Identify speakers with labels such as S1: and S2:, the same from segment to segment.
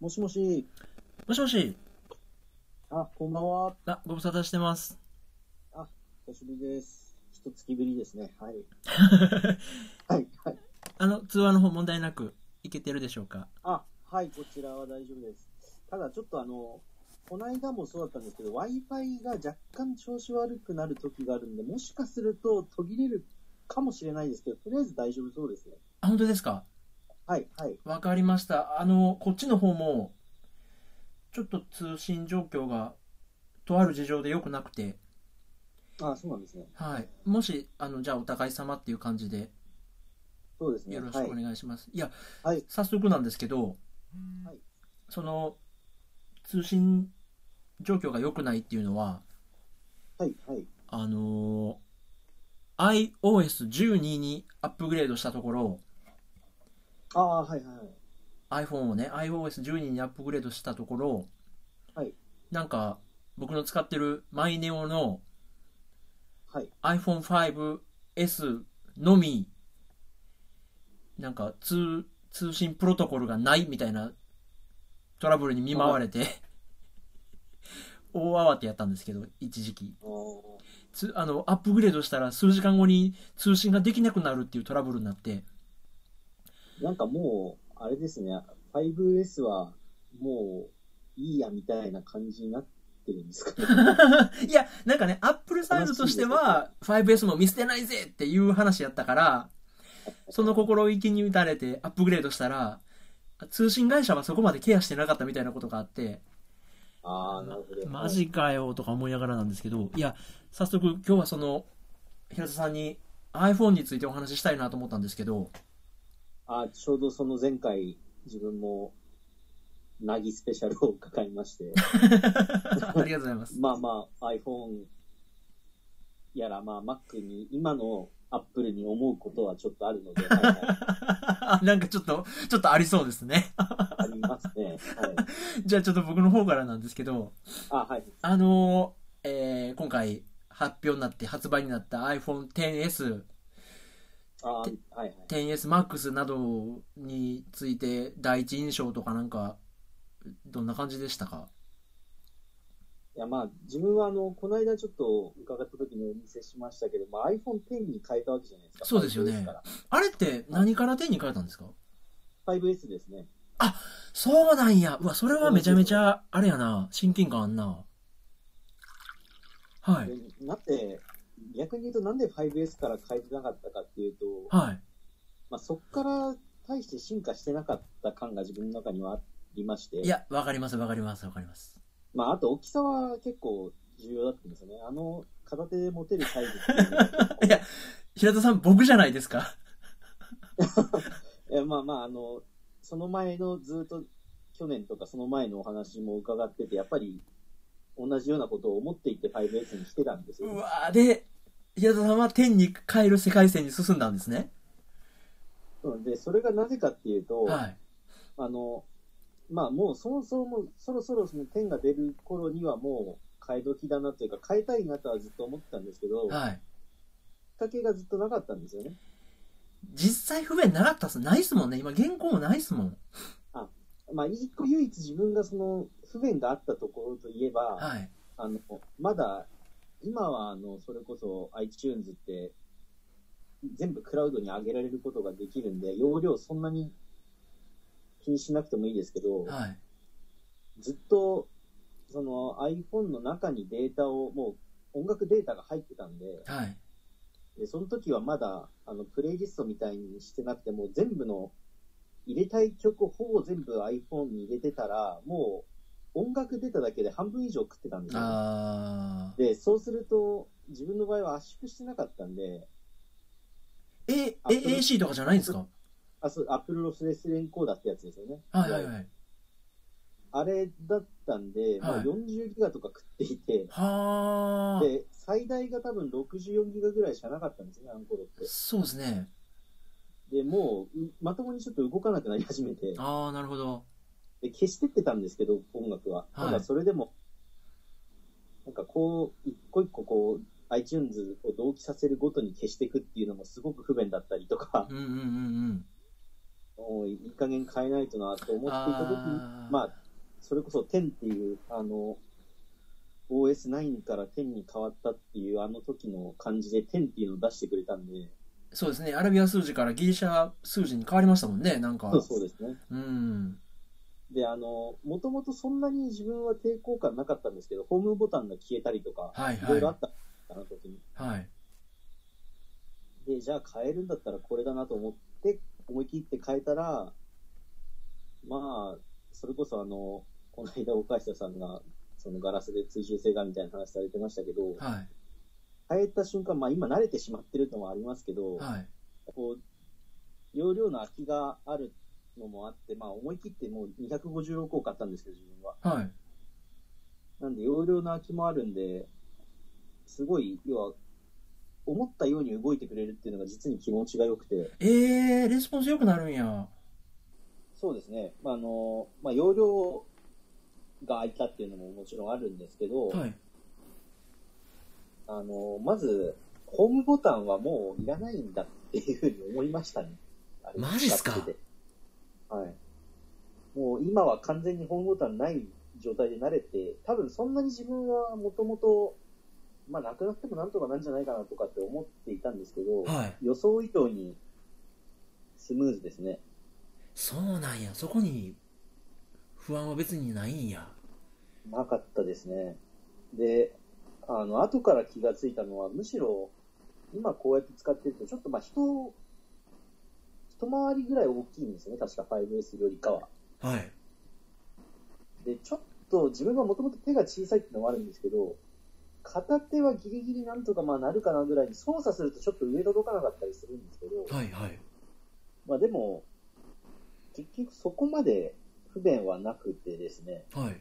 S1: もしもし。
S2: もしもし。
S1: あ、こんばんは。
S2: あ、ご無沙汰してます。
S1: 久しぶりです。一月ぶりですね。 はい。はい。はい。
S2: あの、通話の方問題なくいけてるでしょうか
S1: あ、はい。こちらは大丈夫です。ただ、ちょっとあの、この間もそうだったんですけど、Wi-Fi が若干調子悪くなる時があるんで、もしかすると途切れるかもしれないですけど、とりあえず大丈夫そうですね。
S2: あ、本当ですか
S1: はい。はい。
S2: わかりました。あの、こっちの方も、ちょっと通信状況が、とある事情で良くなくて、
S1: あ、そうなんですね。
S2: はい。もし、あの、じゃあお互い様っていう感じで、
S1: そうですね。
S2: よろし
S1: は
S2: く
S1: い
S2: お。願いします。いや、
S1: はい
S2: 早速なんですけど、
S1: はい
S2: その、通信状況が良くないっていうのは、
S1: はい。はい。
S2: あのー iOS12 にアップグレードしたところ、
S1: ああ、はい。はいはい。
S2: iPhone をね iOS12 にアップグレードしたところ、
S1: はい
S2: なんか僕の使ってるマイネオの
S1: はい。
S2: iPhone5S のみなんか通通信プロトコルがないみたいなトラブルに見舞われて 大慌てやったんですけど一時期
S1: あー
S2: つあのアップグレードしたら数時間後に通信ができなくなるっていうトラブルになって
S1: なんかもう、あれですね、5S はもういいやみたいな感じになってるんです かね。
S2: いや、なんかね、アップルサイドとしては、5S も見捨てないぜっていう話やったから、その心意気に打たれてアップグレードしたら、通信会社はそこまでケアしてなかったみたいなことがあって、
S1: ああ、なるほど。
S2: マジかよとか思いながらなんですけど、いや、早速今日はその、平田さんに iPhone についてお話ししたいなと思ったんですけど、
S1: あーちょうどその前回、自分も、なぎスペシャルをかかりまして、
S2: ありがとうございます。
S1: まあまあ iPhone やら、まあ Mac に、今の Apple に思うことはちょっとあるので、はいはい
S2: なんかちょっと、ちょっとありそうですね。
S1: ありますね。はい。
S2: じゃあちょっと僕の方からなんですけど、
S1: あ、はい。
S2: あのーえー今回発表になって発売になった iPhone10S、
S1: あーはいはい。
S2: 10SMAX などについて第一印象とかなんか、どんな感じでしたか
S1: いやまあ、自分はあの、この間ちょっと伺った時にお見せしましたけど、まあ、iPhone X に変えたわけじゃないですか。
S2: そうですよね
S1: 5S から
S2: あれって何から10に変えたんですか
S1: 5S ですね。
S2: そうなんや。うわ、それはめちゃめちゃ、あれやな、親近感あんな。はい。
S1: でなって、逆に言うとなんで 5S から変えてなかったかっていうと、
S2: はい。
S1: まあ、そこから大して進化してなかった感が自分の中にはありまして、
S2: いや、わかります、わかります、わかります。
S1: まあ、あと大きさは結構重要だったんですよね。あの、片手で持てるサイズっていうのは結 構
S2: いや平田さん、僕じゃないですか。
S1: いやまあまあ、あの、その前のずっと去年とかその前のお話も伺ってて、やっぱり同じようなことを思っていて 5S にしてたんです
S2: う
S1: よ。
S2: わで、平田さんは10に変える世界線に進んだんですね。
S1: うんで、それがなぜかっていうと、
S2: はい。
S1: あの、まあもうそもそも、そろそろその点が出る頃にはもう変え時だなというか、変えたいなとはずっと思ってたんですけど、きっ
S2: はい。
S1: かけがずっとなかったんですよね。
S2: 実際不便なかったっす。ないっすもんね。今、現行もないっすもん。
S1: まあ一個唯一自分がその不便があったところといえば、
S2: はい。
S1: あの、まだ、今は、あの、それこそ iTunes って、全部クラウドに上げられることができるんで、容量そんなに気にしなくてもいいですけど、
S2: はい。
S1: ずっと、その iPhone の中にデータを、もう音楽データが入ってたんで、
S2: はい。
S1: でその時はまだ、あの、プレイリストみたいにしてなくて、もう全部の、入れたい曲をほぼ全部 iPhone に入れてたら、もう音楽データだけで半分以上食ってたんですよ。
S2: あー。
S1: で、そうすると、自分の場合は圧縮してなかったんで、
S2: え、
S1: アップル
S2: AAC とかじゃないんですか
S1: あ、そう、アップルロスレスレンコーダーってやつですよね。
S2: はいはいはい。
S1: あれだったんで、もう
S2: はい
S1: 40ギガとか食っていて、
S2: はー。
S1: で、最大が多分64ギガぐらいしかなかったんですね、あの頃って。
S2: そうですね。
S1: で、もう、うまともにちょっと動かなくなり始めて、
S2: あー、なるほど。
S1: で消してってたんですけど、音楽は。
S2: はい
S1: ただそれでも、なんかこう、一個一個こう、 iTunes を同期させるごとに消していくっていうのもすごく不便だったりとか、
S3: うんうんうん
S1: もういい加減変えないとなと思っていた時に
S3: あー
S1: まあ、それこそ10っていう、あの、OS9 から10に変わったっていうあの時の感じで10っていうのを出してくれたんで、
S3: そうですねアラビア数字からギリシャ数字に変わりましたもんねなんか
S1: そうそうですね。
S3: うん
S1: で、あの、もともとそんなに自分は抵抗感なかったんですけど、ホームボタンが消えたりとか、
S3: はい
S1: いろ
S3: はいい
S1: ろあった、あの時に。
S3: はい
S1: で、じゃあ変えるんだったらこれだなと思って、思い切って変えたら、まあ、それこそあの、この間岡下さんが、そのガラスで追従性がみたいな話されてましたけど、
S3: は
S1: 変えた瞬間、まあ今慣れてしまってるのもありますけど、
S3: いはい
S1: こう、容量の空きがあるのもあって、まあ思い切ってもう256を買ったんですけど、自分は。
S3: はい
S1: なんで容量の空きもあるんで、すごい、要は、思ったように動いてくれるっていうのが実に気持ちが良くて、
S3: えー、レスポンス良くなるんや
S1: そうですね、まああのまあ、容量が空いたっていうのももちろんあるんですけど、
S3: はい
S1: あのまず、ホームボタンはもういらないんだっていうふうに思いましたね。あれ
S2: マジっすか
S1: 使っててはい。もう今は完全にホームボタンない状態で慣れて、多分そんなに自分はもともと、まあなくなってもなんとかなんじゃないかなとかって思っていたんですけど、
S2: はい。
S1: 予想以上にスムーズですね。
S2: そうなんや。そこに不安は別にないんや。
S1: なかったですね。で、あの、後から気がついたのは、むしろ、今こうやって使ってると、ちょっとまあ人、一回りぐらい大きいんですよね、確か 5S よりかは。
S2: はい。
S1: で、ちょっと自分がもともと手が小さいっていうのもあるんですけど、片手はギリギリなんとかまあなるかなぐらいに操作するとちょっと上届かなかったりするんですけど、
S2: はいはい。
S1: まあでも、結局そこまで不便はなくてですね、
S2: はい。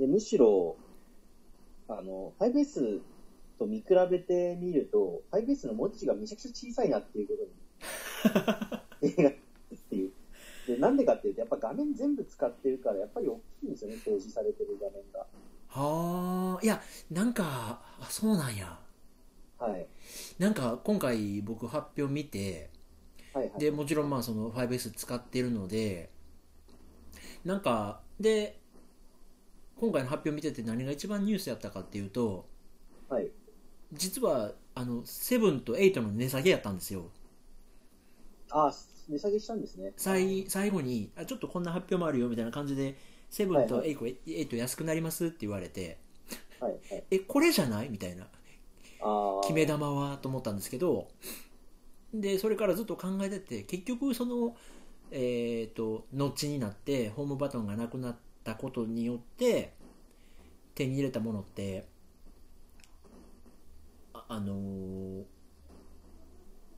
S1: でむしろ、あの、5S と見比べてみると、5S の文字がめちゃくちゃ小さいなっていう ことに、 映画っていう。で、なんでかっていうと、やっぱ画面全部使ってるから、やっぱり大きいんですよね、表示されてる画面が。
S2: はあ。いや、なんか、あ、そうなんや。
S1: はい。
S2: なんか、今回僕発表見て、
S1: はいはい。
S2: で、もちろんまあその 5S 使ってるので、なんか、で、今回の発表見てて何が一番ニュースやったかっていうと、
S1: はい。
S2: 実は、あの、7と8の値下げやったんですよ。
S1: あ、値下げしたんですね。
S2: 最最後にあちょっとこんな発表もあるよみたいな感じで「セブンと
S1: はい
S2: エイコエイト安くなります」って言われて
S1: はいはい
S2: 「えこれじゃない?」みたいな
S1: ああ。
S2: 決め玉はと思ったんですけどでそれからずっと考えてて結局そのえっ、と後になってホームバトンがなくなったことによって手に入れたものってあ、あのー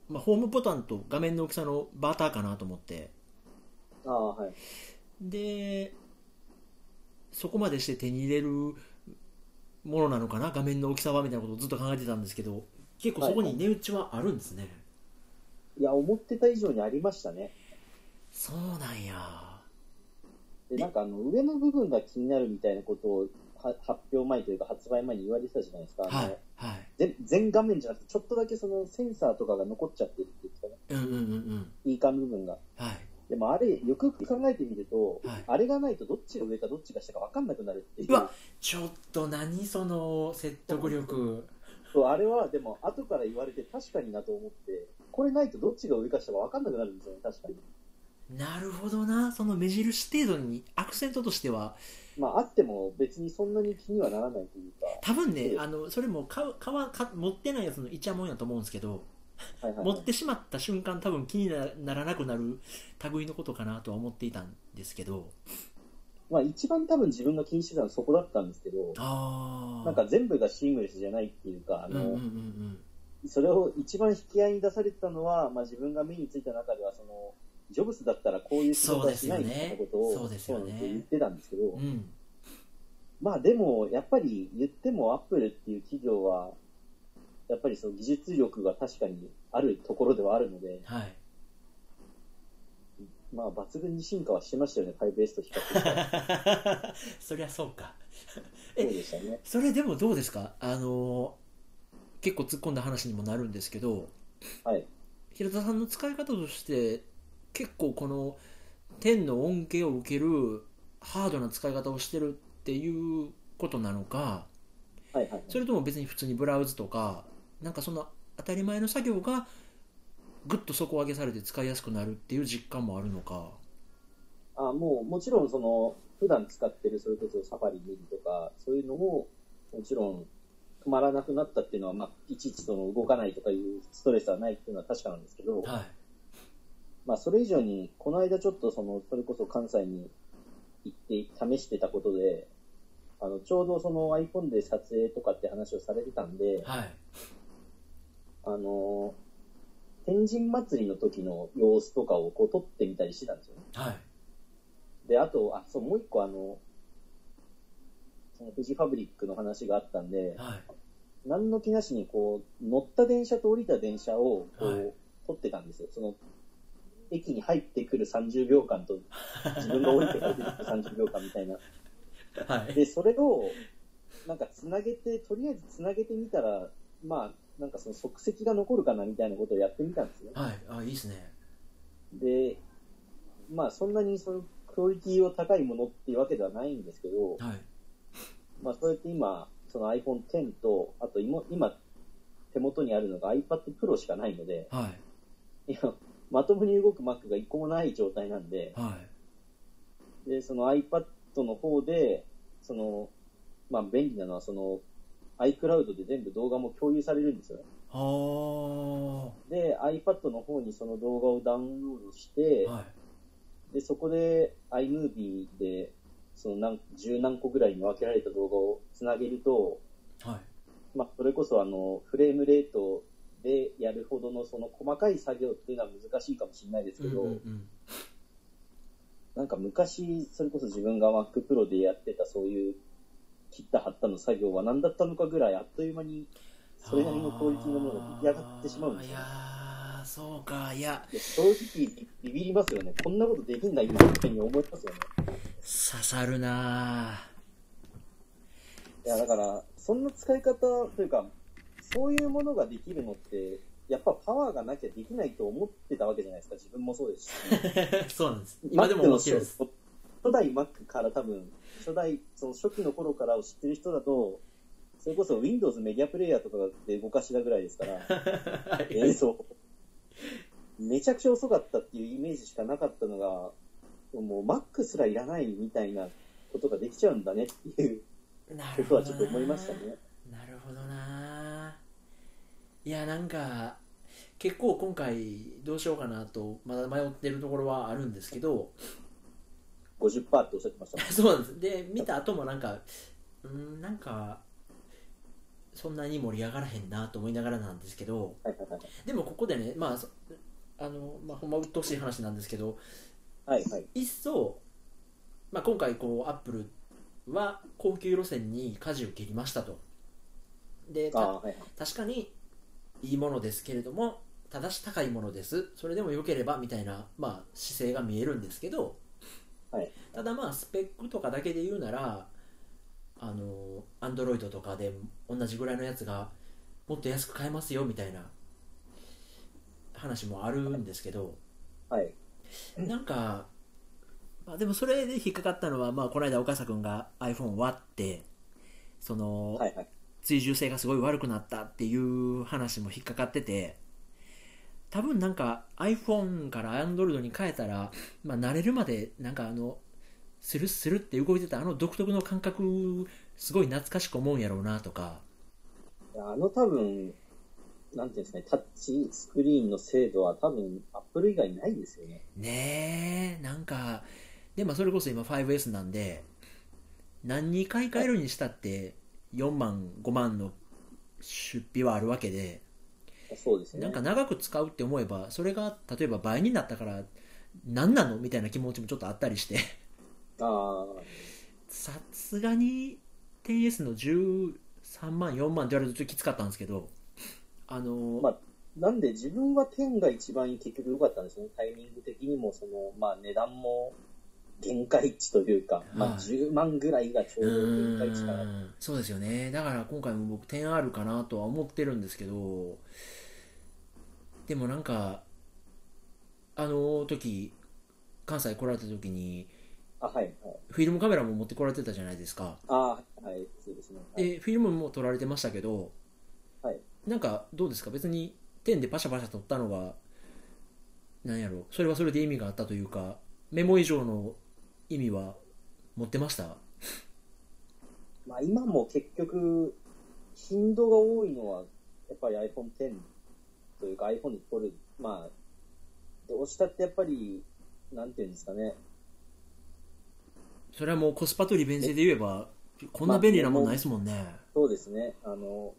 S2: まあ、ホームボタンと画面の大きさのバーターかなと思って。
S1: ああ、はい。
S2: でそこまでして手に入れるものなのかな画面の大きさはみたいなことをずっと考えてたんですけど結構そこに値打ちはあるんですね、
S1: いや、思ってた以上にありましたね。
S2: そうなんや
S1: で、なんかあの、上の部分が気になるみたいなことを、は発表前というか発売前に言われてたじゃないですか。あの
S2: はいはい
S1: 全全画面じゃなくて、ちょっとだけそのセンサーとかが残っちゃってるっていうかね、
S2: うんうんうんうん
S1: いい感部分が。
S2: はい
S1: でもあれ、よくよく考えてみると、
S2: はい
S1: あれがないとどっちが上かどっちが下か分かんなくなるっていう。
S2: うわちょっと何その説得力
S1: そうあれは、でも後から言われて確かになと思って、これないとどっちが上か下か分かんなくなるんですよね、確かに。
S2: なるほどなその目印程度にアクセントとしては
S1: まああっても別にそんなに気にはならないというか、
S2: 多分ね
S1: うん
S2: あのそれも買う買わ買持ってないやつのイチャモンやと思うんですけど
S1: はいはい
S2: 持
S1: は
S2: っ
S1: い、
S2: てしまった瞬間多分気になならなくなる類のことかなとは思っていたんですけど
S1: まあ一番多分自分が気にしてたのはそこだったんですけど、
S2: あ
S1: なんか全部がシングルスじゃないっていうか、あ
S2: うんう
S1: の、
S2: んうんうん
S1: それを一番引き合いに出されてたのは、まあ、自分が目についた中ではその、ジョブスだったらこういう仕事はしない
S2: そう
S1: み
S2: で
S1: た
S2: すよね
S1: いなことを
S2: そうですよね
S1: なん言ってたんですけど、
S2: うん
S1: まあでも、やっぱり言ってもアップルっていう企業は、やっぱりその技術力が確かにあるところではあるので、
S2: はい
S1: まあ抜群に進化はしましたよね、5S と比較 したら。
S2: そりゃそうか
S1: そうでしたね。
S2: それでもどうですかあの結構突っ込んだ話にもなるんですけど
S1: はい。
S2: 平田さんの使い方として結構この天の恩恵を受けるハードな使い方をしてるっていうことなのか
S1: はいはいはい。
S2: それとも別に普通にブラウズとかなんかそんな当たり前の作業がぐっと底上げされて使いやすくなるっていう実感もあるのか
S1: あもうもちろんその普段使ってるそれこそサファリ見るとかそういうのももちろん止まらなくなったっていうのは、まあ、いちいちその動かないとかいうストレスはないっていうのは確かなんですけど、
S2: はい
S1: まあ、それ以上にこの間ちょっとそのそれこそ関西に行って試してたことであのちょうどその iPhone で撮影とかって話をされてたんで
S2: はい
S1: あの天神祭りの時の様子とかをこう撮ってみたりしてたんですよね。
S2: はい
S1: で、あと、あ、そう、もう一個あの、その富士ファブリックの話があったんで、
S2: はい
S1: 何の気なしにこう、乗った電車と降りた電車をこう、
S2: はい
S1: 撮ってたんですよ。その、駅に入ってくる30秒間と、自分が降りてから出てくる30秒間みたいな。
S2: はい
S1: で、それを、なんか繋げて、とりあえず繋げてみたら、まあ、なんかその即席が残るかなみたいなことをやってみたんですね。
S2: はいあいいですね
S1: で、まあそんなにそのクオリティを高いものっていうわけではないんですけど、
S2: はい
S1: まあ、そうやって今、その iPhone X と、あと今、今手元にあるのが iPad Pro しかないので、
S2: はい
S1: 今、まともに動く Mac が一個もない状態なんで、
S2: はい
S1: で、その iPad の方で、その、まあ、便利なのは、その、iCloud で全部動画も共有されるんですよね。
S2: ああは
S1: で、iPad の方にその動画をダウンロードして、で、そこで iMovie で、その何、十何個ぐらいに分けられた動画をつなげると、
S2: いはい
S1: まあ、それこそあのフレームレートでやるほどのその細かい作業っていうのは難しいかもしれないですけど、
S2: うんうん
S1: なんか昔、それこそ自分が MacPro でやってたそういう切った貼ったの作業は何だったのかぐらいあっという間にそれなりのクオリティのものが出来上がってしまうん
S2: あ
S1: で
S2: ー
S1: す
S2: い
S1: よ
S2: や。ーそうかいや
S1: いや正直ビビりますよね。こんなことできんだ今って思いますよね。
S2: 刺さるない
S1: やだから、そんな使い方というか、そういうものができるのって、やっぱパワーがなきゃできないと思ってたわけじゃないですか。自分もそうですし。
S2: ー そうなんです今でも思ってるんです
S1: 初初代 Mac から多分、初代、その初期の頃からを知ってる人だと、それこそ Windows メディアプレイヤーとかで動かしだぐらいですから、
S2: はい
S1: 映像。めちゃくちゃ遅かったっていうイメージしかなかったのが、もう Mac すらいらないみたいなことができちゃうんだねっていう
S2: な
S1: こ
S2: る
S1: と
S2: ほど
S1: は
S2: な
S1: ちょっと思いましたね。
S2: なるほどないやなんか結構今回どうしようかなとまだ迷ってるところはあるんですけど
S1: 50%っておっしゃってましたもん。
S2: そうなんですで見た後もなんかうんなんかそんなに盛り上がらへんなと思いながらなんですけど
S1: はいはいはい
S2: でもここでねまあそあの、まあ、ほんま鬱陶しい話なんですけど
S1: はい。はいはい。
S2: いっそ、まあ、今回こうアップルは高級路線に舵を切りましたとで
S1: あ
S2: た
S1: あ、はいはい。
S2: 確かにいいものですけれどもただし高いものですそれでも良ければみたいな、まあ、姿勢が見えるんですけど、
S1: はい
S2: ただまあスペックとかだけで言うならあのアンドロイドとかで同じぐらいのやつがもっと安く買えますよみたいな話もあるんですけど、
S1: はい。
S2: なんか、まあ、でもそれで引っかかったのは、まあ、この間、岡佐君が iPhone 割って、その、
S1: はいはい。
S2: 追従性がすごい悪くなったっていう話も引っかかってて、多分なんか iPhone から Android に変えたら、まあ、慣れるまで、なんかあの、スルッスルって動いてたあの独特の感覚、すごい懐かしく思うんやろうなとか、
S1: あの多分、なんていうんですかね、タッチスクリーンの精度は多分、アップル以外ないですよね。
S2: ねえなんかでまあそれこそ今 5S なんで何に買い替えるにしたって4万5万の出費はあるわけで
S1: そうですね。
S2: なんか長く使うって思えばそれが例えば倍になったから何なのみたいな気持ちもちょっとあったりして
S1: あ
S2: さすがに 10S の13万4万って言われるとちょっときつかったんですけどあの、
S1: まあーなんで自分は10が一番結局良かったんですよね。タイミング的にも、その、まあ値段も、限界値というか、ま
S4: は
S1: あ、
S4: い
S1: 10万ぐらいがちょう
S4: う
S1: ど限界値かな。
S4: んそうですよねだから今回も僕 10R かなとは思ってるんですけどでもなんかあの時関西来られた時に
S1: あ、はい、はい。
S4: フィルムカメラも持ってこられてたじゃないですか
S1: あーはい、そうですね。はい、
S4: でフィルムも撮られてましたけど、
S1: はい
S4: なんかどうですか別に点でパシャパシャ撮ったのがなんやろそれはそれで意味があったというかメモ以上の意味は持ってました
S1: まあ、今も結局、頻度が多いのは、やっぱり iPhone X というか iPhone で撮る、まあ、どうしたってやっぱり、なんていうんですかね。
S4: それはもうコスパと利便性で言えばこんな便利なもんないですもんね、
S1: そうですね。あの、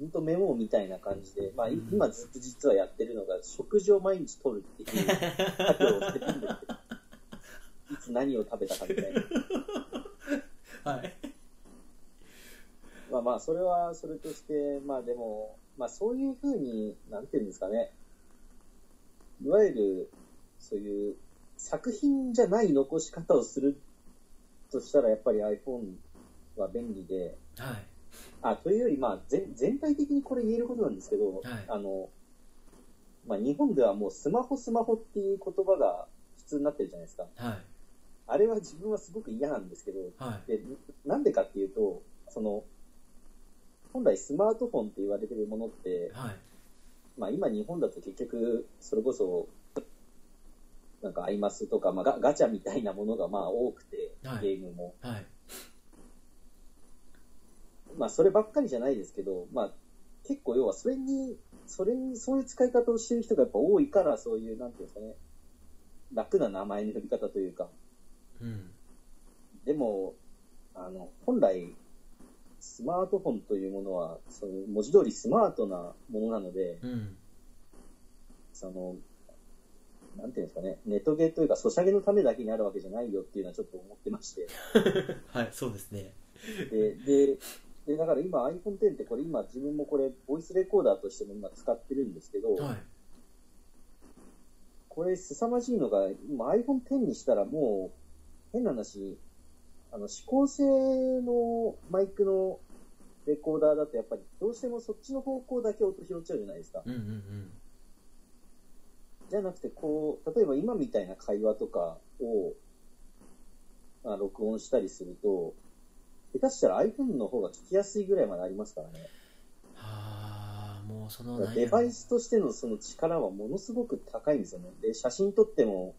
S1: 本当メモみたいな感じで、まあ、い今ずっと実はやってるのが、食事を毎日取るっていう作業をしてるんですけど、いつ何を食べたかみたいな。
S2: はい。
S1: まあまあ、それはそれとして、まあでも、まあそういうふうに、なんていうんですかね、いわゆる、そういう作品じゃない残し方をするとしたら、やっぱり iPhone は便利で、
S2: はい。
S1: あ、というより、まあ全、全体的にこれ言えることなんですけど、
S2: はい
S1: あの、まあ日本ではもうスマホスマホっていう言葉が普通になってるじゃないですか。
S2: はい。
S1: あれは自分はすごく嫌なんですけど、
S2: はい。
S1: で、なんでかっていうと、その、本来スマートフォンって言われてるものって、
S2: はい。
S1: まあ今日本だと結局、それこそ、なんかアイマスとか、まあガガチャみたいなものがまあ多くて、
S2: はい
S1: ゲームも。
S2: はい。
S1: まあそればっかりじゃないですけど、まあ結構要はそれに、それに、そういう使い方をしてる人がやっぱ多いから、そういう、なんていうんですかね、楽な名前の呼び方というか、
S2: うん。
S1: でも、あの、本来、スマートフォンというものは、その文字通りスマートなものなので、
S2: うん。
S1: その、なんていうんですかね、ネトゲというか、ソシャゲのためだけにあるわけじゃないよっていうのはちょっと思ってまして。
S2: はい、そうですね。
S1: で、で、でだから今 iPhone X ってこれ今自分もこれ、ボイスレコーダーとしても今使ってるんですけど、
S2: はい。
S1: これ凄まじいのが、今 iPhone X にしたらもう、変な話、あの、指向性のマイクのレコーダーだとやっぱりどうしてもそっちの方向だけ音拾っちゃうじゃないですか。
S2: うんうんうん。
S1: じゃなくて、こう、例えば今みたいな会話とかを、まあ、録音したりすると、下手したら iPhone の方が聞きやすいぐらいまでありますからね。
S2: ああ、もうその
S1: デバイスとしてのその力はものすごく高いんですよね。で、写真撮っても、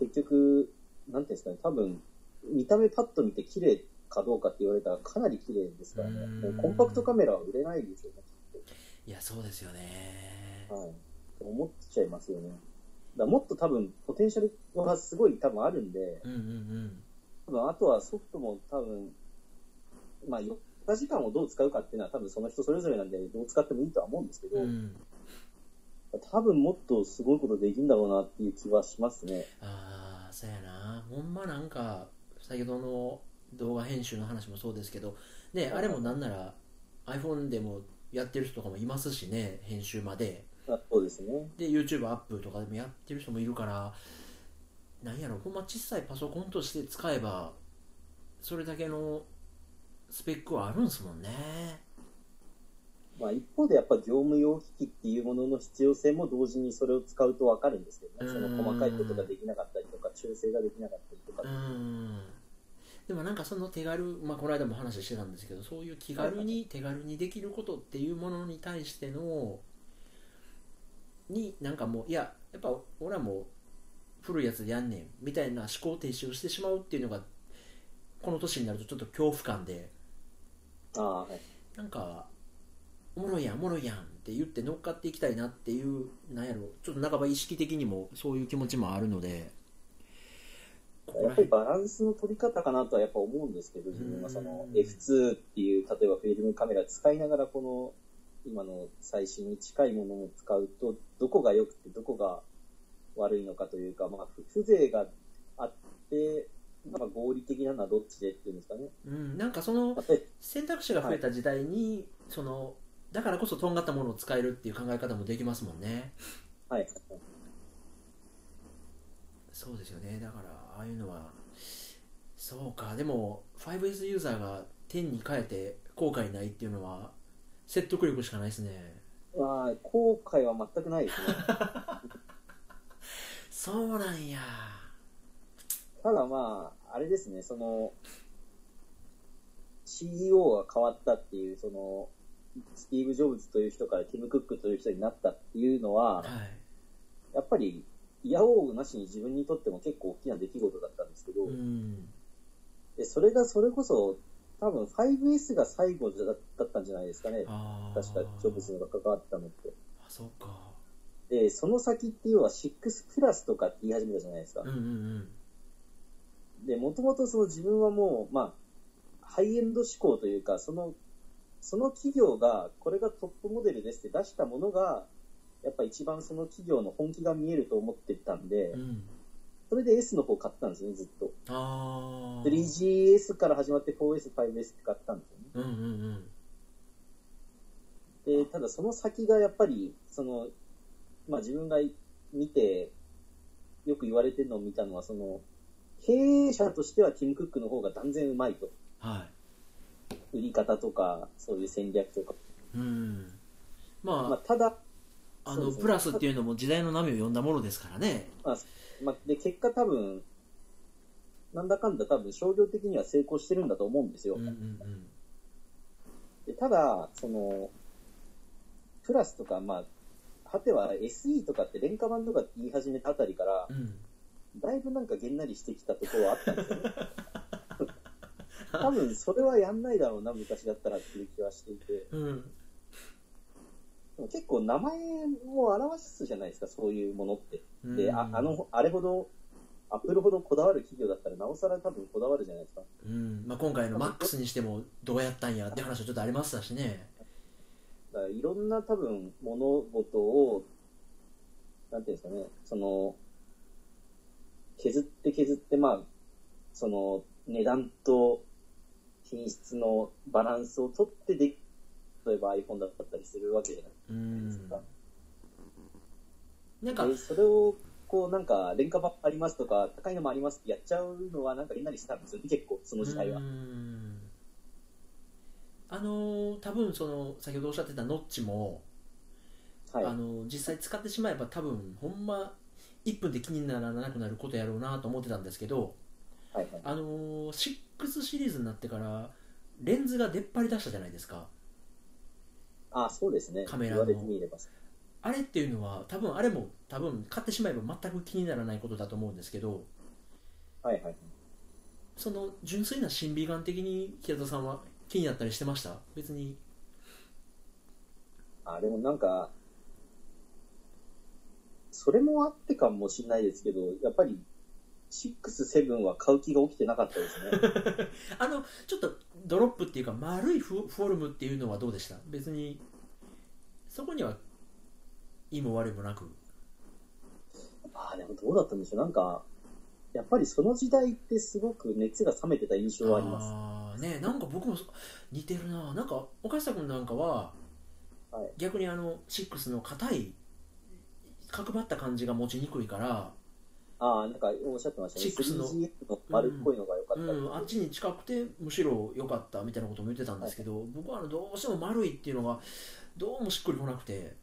S1: 結局、なんていうんですかね、多分、見た目パッと見て綺麗かどうかって言われたらかなり綺麗ですからね。
S2: うん
S1: もうコンパクトカメラは売れないですよね、きっ
S2: いや、そうですよね。
S1: と。はい。って思っちゃいますよね。だからもっと多分、ポテンシャルはすごい多分あるんで、
S2: うんうんうん。
S1: 多分あとはソフトも多分、まあ、4日時間をどう使うかっていうのは多分その人それぞれなんで、どう使ってもいいとは思うんですけど、
S2: うん、
S1: 多分もっとすごいことできるんだろうなっていう気はしますね。
S2: ああそうやなほんまなんか先ほどの動画編集の話もそうですけどねあれもなんなら iPhone でもやってる人とかもいますしね編集まで
S1: あそうですね。
S2: で YouTube アップとかでもやってる人もいるからなんやろほんま小さいパソコンとして使えばそれだけのスペックはあるんですもんね
S1: まあ一方でやっぱ業務用機器っていうものの必要性も同時にそれを使うとわかるんですけどね。その細かいことができなかったりとか、調整ができなかったりとか
S2: う。んでもなんかその手軽、まあ、この間も話してたんですけどそういう気軽に手軽にできることっていうものに対してのになんかもういややっぱ俺はもう古いやつでやんねんみたいな思考停止をしてしまうっていうのがこの年になるとちょっと恐怖感で
S1: ああ、はい。
S2: なんかおもろいやんおもろいやんって言って乗っかっていきたいなっていうなんやろちょっと半ば意識的にもそういう気持ちもあるのでここ
S1: や
S2: ら
S1: っぱり
S2: 辺
S1: バランスの取り方かなとはやっぱ思うんですけど、自分はその F2 っていう、例えばフィルムカメラ使いながら、この今の最新に近いものを使うと、どこが良くてどこが悪いのかというか、まあ、不風情があって、まあ、合理的なのはどっちでっていうんですかね。
S2: うんなんかその
S1: まあで
S2: 選択肢が増えた時代に、そのだからこそとんがったものを使えるっていう考え方もできますもんね
S1: はい。
S2: そうですよねだからああいうのはそうかでも 5S ユーザーが10に変えて後悔ないっていうのは説得力しかないですね
S1: ああ、後悔は全くないですね。
S2: そうなんや
S1: ただまあ、あれですね、その、CEO が変わったっていう、その、スティーブ・ジョブズという人からティム・クックという人になったっていうのは、
S2: はい
S1: やっぱり、いやおうなしに自分にとっても結構大きな出来事だったんですけど、
S2: うん
S1: でそれがそれこそ、多分 5S が最後だだったんじゃないですかね。
S2: あー
S1: 確か、ジョブズが関わったのって。
S2: あそうか
S1: で、その先っていうのは6プラスとかって言い始めたじゃないですか
S2: うん。うんうん
S1: で、もともとその自分はもう、まあ、ハイエンド志向というか、その、その企業が、これがトップモデルですって出したものが、やっぱ一番その企業の本気が見えると思ってたんで
S2: う、ん
S1: それで S の方買ったんですね、ずっと。
S2: ああ
S1: 3GS から始まって 4S、5S って買ったんですよね。
S2: うんうんうん
S1: で、ただその先がやっぱり、その、まあ自分が見て、よく言われてるのを見たのは、その、経営者としてはティム・クックの方が断然うまいと。
S2: は
S1: 売り方とか、そういう戦略とか。
S2: いうん
S1: まあ
S2: ま、
S1: ただ、
S2: ああ
S1: そう
S2: の
S1: ですね
S2: プラスっていうのも時代の波を呼んだものですからね
S1: まあ、で、結果多分、なんだかんだ多分商業的には成功してるんだと思うんですよ。
S2: うんうんうん
S1: でただ、その、プラスとか、まあ、果ては SE とかって廉価版とかって言い始めたあたりから
S2: う、ん
S1: だいぶなんかげんなりしてきたところはあったんですよね。多分それはやんないだろうな、昔だったらっていう気はしていて。
S2: うん
S1: でも結構名前を表すじゃないですか、そういうものって。
S2: うん
S1: で、ああの、あれほど、アップルほどこだわる企業だったら、なおさら多分こだわるじゃないですか。
S2: うんまあ、今回のマックスにしてもどうやったんやって話はちょっとありましたしね
S1: だからいろんな多分物事を、なんていうんですかね、その、削って削って、まあ、その、値段と品質のバランスを取ってで、例えば iPhone だったりするわけじゃないうです
S2: ん
S1: か。
S2: なんか
S1: でそれを、こう、なんか、廉価版ありますとか、高いのもありますってやっちゃうのは、なんか、いなりしたんですよね、結構、その時代は
S2: う。んあのー多分その先ほどおっしゃってたノッチも、
S1: はい
S2: あ。のー実際使ってしまえば多分ほんま1分で気にならなくなることやろうなと思ってたんですけど、
S1: はいはい。
S2: あのー、6シリーズになってからレンズが出っ張り出したじゃないですか
S1: あ、そうですね。
S2: カメ
S1: 言
S2: ラの
S1: われてみれば。
S2: あれっていうのは多分あれも多分買ってしまえば全く気にならないことだと思うんですけど、
S1: はいはいはい。
S2: その純粋な審美眼的に平田さんは気になったりしてました別に
S1: あ、でもなんか、それもあってかもしれないですけど、やっぱり、6、7は買う気が起きてなかったです ね。
S2: あのちょっとドロップっていうか丸いフォフォルムっていうのはどうでした別にそこには意も悪いもなく
S1: ああ、でもどうだったんでしょう。なんか、やっぱりその時代ってすごく熱が冷めてた印象はあります。
S2: あーねなんか僕もそ似てるななんか岡下君なんかは、
S1: はい
S2: 逆にあの6の硬い角張った感じが持ちにくいから
S1: ああ、なんかおっしゃってましたね。
S2: 6の
S1: 3GF の丸っこいのが良かった
S2: うん、あっ
S1: り。
S2: ちに近くてむしろ良かったみたいなことも言ってたんですけど、僕はあのどうしても丸いっていうのがどうもしっくりこなくて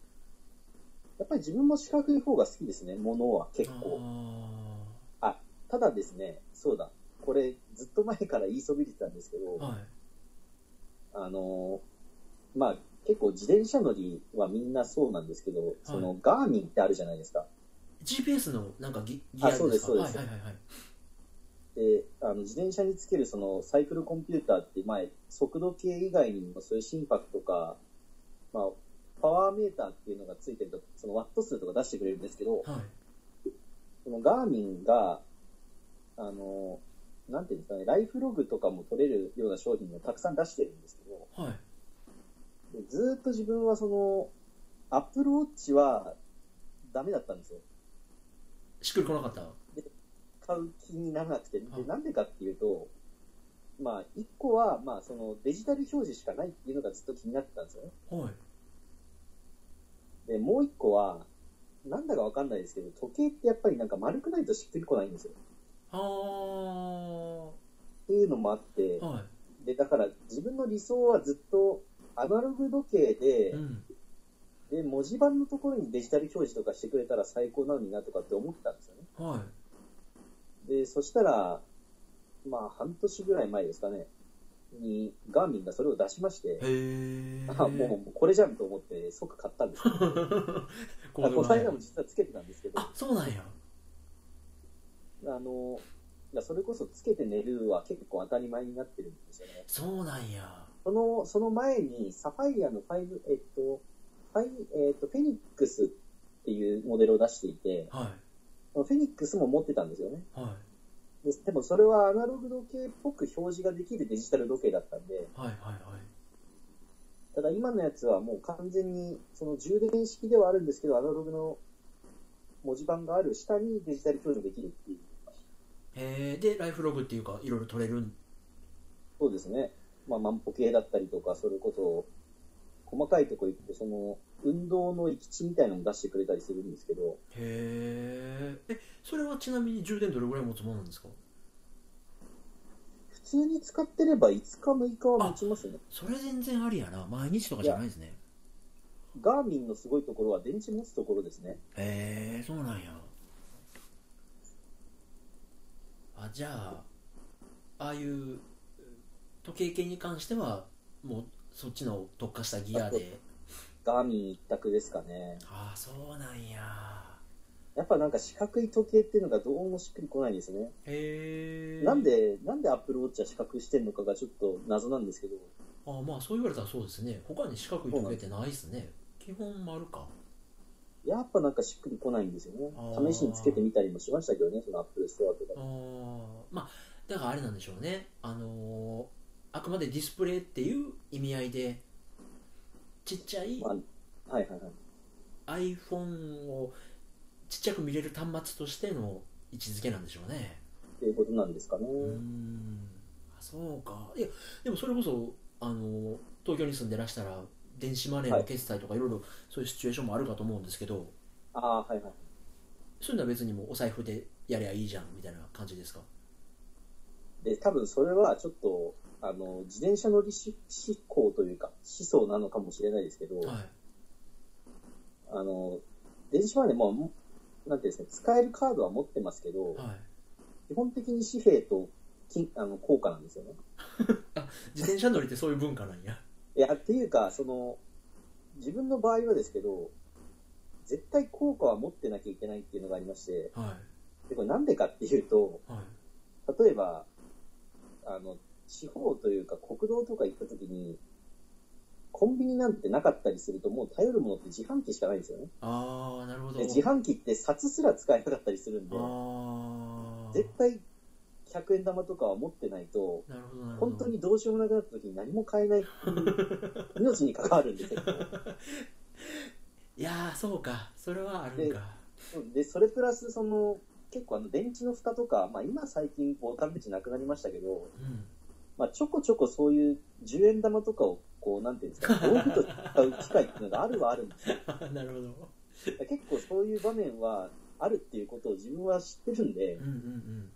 S1: やっぱり自分も四角い方が好きですね、ものは結
S2: あ
S1: 構。ただですね、そうだ、これずっと前から言いそびれてたんですけ
S2: ー
S1: ど、
S2: はい
S1: あのーまあ、結構自転車乗りはみんなそうなんですけど、そのガーミンってあるじゃないですか。
S2: GPS のなんかギギアですか
S1: そうですそうです
S2: はいはいはいはい
S1: で、あの自転車につけるそのサイクルコンピューターって前、速度計以外にもそういう心拍とか、まあ、パワーメーターっていうのがついてると、そのワット数とか出してくれるんですけど、
S2: はい
S1: そのガーミンが、あのーなんていうんですかね、ライフログとかも取れるような商品もたくさん出してるんですけど、
S2: はい
S1: でずーっと自分はその、アップルウォッチはダメだったんですよ。
S2: しっくりこなかった
S1: 買う気にならなくて、で
S2: はい
S1: なんでかっていうと、まあ、一個は、まあ、そのデジタル表示しかないっていうのがずっと気になってたんですよね。
S2: はい
S1: で、もう一個は、なんだかわかんないですけど、時計ってやっぱりなんか丸くないとしっくりこないんですよ。
S2: あー
S1: っていうのもあって、
S2: は
S1: で、だから自分の理想はずっとアナログ時計
S2: い。
S1: で
S2: う、ん。
S1: で、文字盤のところにデジタル表示とかしてくれたら最高なのになとかって思ったんですよね。
S2: は
S1: で、そしたら、まあ、半年ぐらい前ですかね、に、ガーミンがそれを出しまして
S2: い。、へえ。
S1: あ、もう、もうこれじゃんと思って、即買ったんですけど、
S2: こ
S1: あこの
S2: れ
S1: 間
S2: は
S1: も実はつけてたんですけど、
S2: あ、そうなんや。
S1: あの、いやそれこそつけて寝るは結構当たり前になってるんですよね。
S2: そうなんや。
S1: その、その前に、サファイアの5、えっと、ファイ、えっと、フェニックスっていうモデルを出していて、
S2: は
S1: フェニックスも持ってたんですよね。
S2: い。はい。
S1: ででもそれはアナログ時計っぽく表示ができるデジタル時計だったんで、
S2: はいはいはい。
S1: ただ今のやつはもう完全に、その充電式ではあるんですけど、アナログの文字盤がある下にデジタル表示できるっていう。
S2: へえ。で、ライフログっていうか、いろいろ取れるん。
S1: そうですね。まあ、万歩計だったりとか、それこそ、細かいとこ行って、その、運動の行き地みたいなのも出してくれたりするんですけど、
S2: へえ。え、それはちなみに充電どれぐらい持つものなんですか
S1: 普通に使ってれば5日6日は持ちますね。
S2: それ全然ありやな。毎日とかじゃないですね。
S1: ガーミンのすごいところは電池持つところですね。
S2: へえそうなんやあじゃあああいう時計系に関してはもうそっちの特化したギア で
S1: ガーミン一択ですかね。
S2: ああそうなんや
S1: やっぱなんか四角い時計っていうのがどうもしっくりこないですね。
S2: へえ
S1: なんで、なんでアップルウォッチは四角してんのかがちょっと謎なんですけど、
S2: あまあそう言われたらそうですね他に四角い時計ってないですね基本丸か
S1: やっぱなんかしっくりこないんですよ
S2: あー
S1: ね。試しにつけてみたりもしましたけどね、そのアップルストアと
S2: あ
S1: か。
S2: ーまあだからあれなんでしょうねあのーあくまでディスプレイっていう意味合いでちっちゃい
S1: まあ、はいはいはい。
S2: iPhone をちっちゃく見れる端末としての位置づけなんでしょうね
S1: っていうことなんですかね。
S2: うーんあそうかいやでもそれこそあの東京に住んでらしたら電子マネーの決済とかいろいろそういうシチュエーションもあるかと思うんですけど、
S1: ああー、はいはい。
S2: そういうのは別にもうお財布でやりゃいいじゃんみたいな感じですか
S1: で、多分それはちょっと、あの、自転車乗りし思考というか、思想なのかもしれないですけど、
S2: はい
S1: あの、電子マネーも、もなんていうんですか、使えるカードは持ってますけど、
S2: はい
S1: 基本的に紙幣と金あの硬貨なんですよね。
S2: 自転車乗りってそういう文化なんや
S1: いや、っていうか、その、自分の場合はですけど、絶対効果は持ってなきゃいけないっていうのがありまして、
S2: は
S1: でこれなんでかっていうと、
S2: いはい
S1: 例えば、あの、地方というか国道とか行った時に、コンビニなんてなかったりすると、もう頼るものって自販機しかないんですよね。
S2: ああなるほど
S1: で自販機って札すら使えなかったりするんで、
S2: ああ
S1: 絶対100円玉とかは持ってないと、
S2: なるほどなるほど
S1: 本当にどうしようもなくなった時に何も買えないっていう、 命に関わるんですよ。
S2: いやーそうかそれはあるんか
S1: で、それプラス、その、結構あの、電池の蓋とか、まあ今最近、ボタン口なくなりましたけど、
S2: うん
S1: まあちょこちょこそういう10円玉とかを、こう、なんていうん ですか、道具と使う機会っていうのがあるはあるんですよ。
S2: なるほど。
S1: 結構そういう場面は、あるっていうことを自分は知ってるんで
S2: うん、うん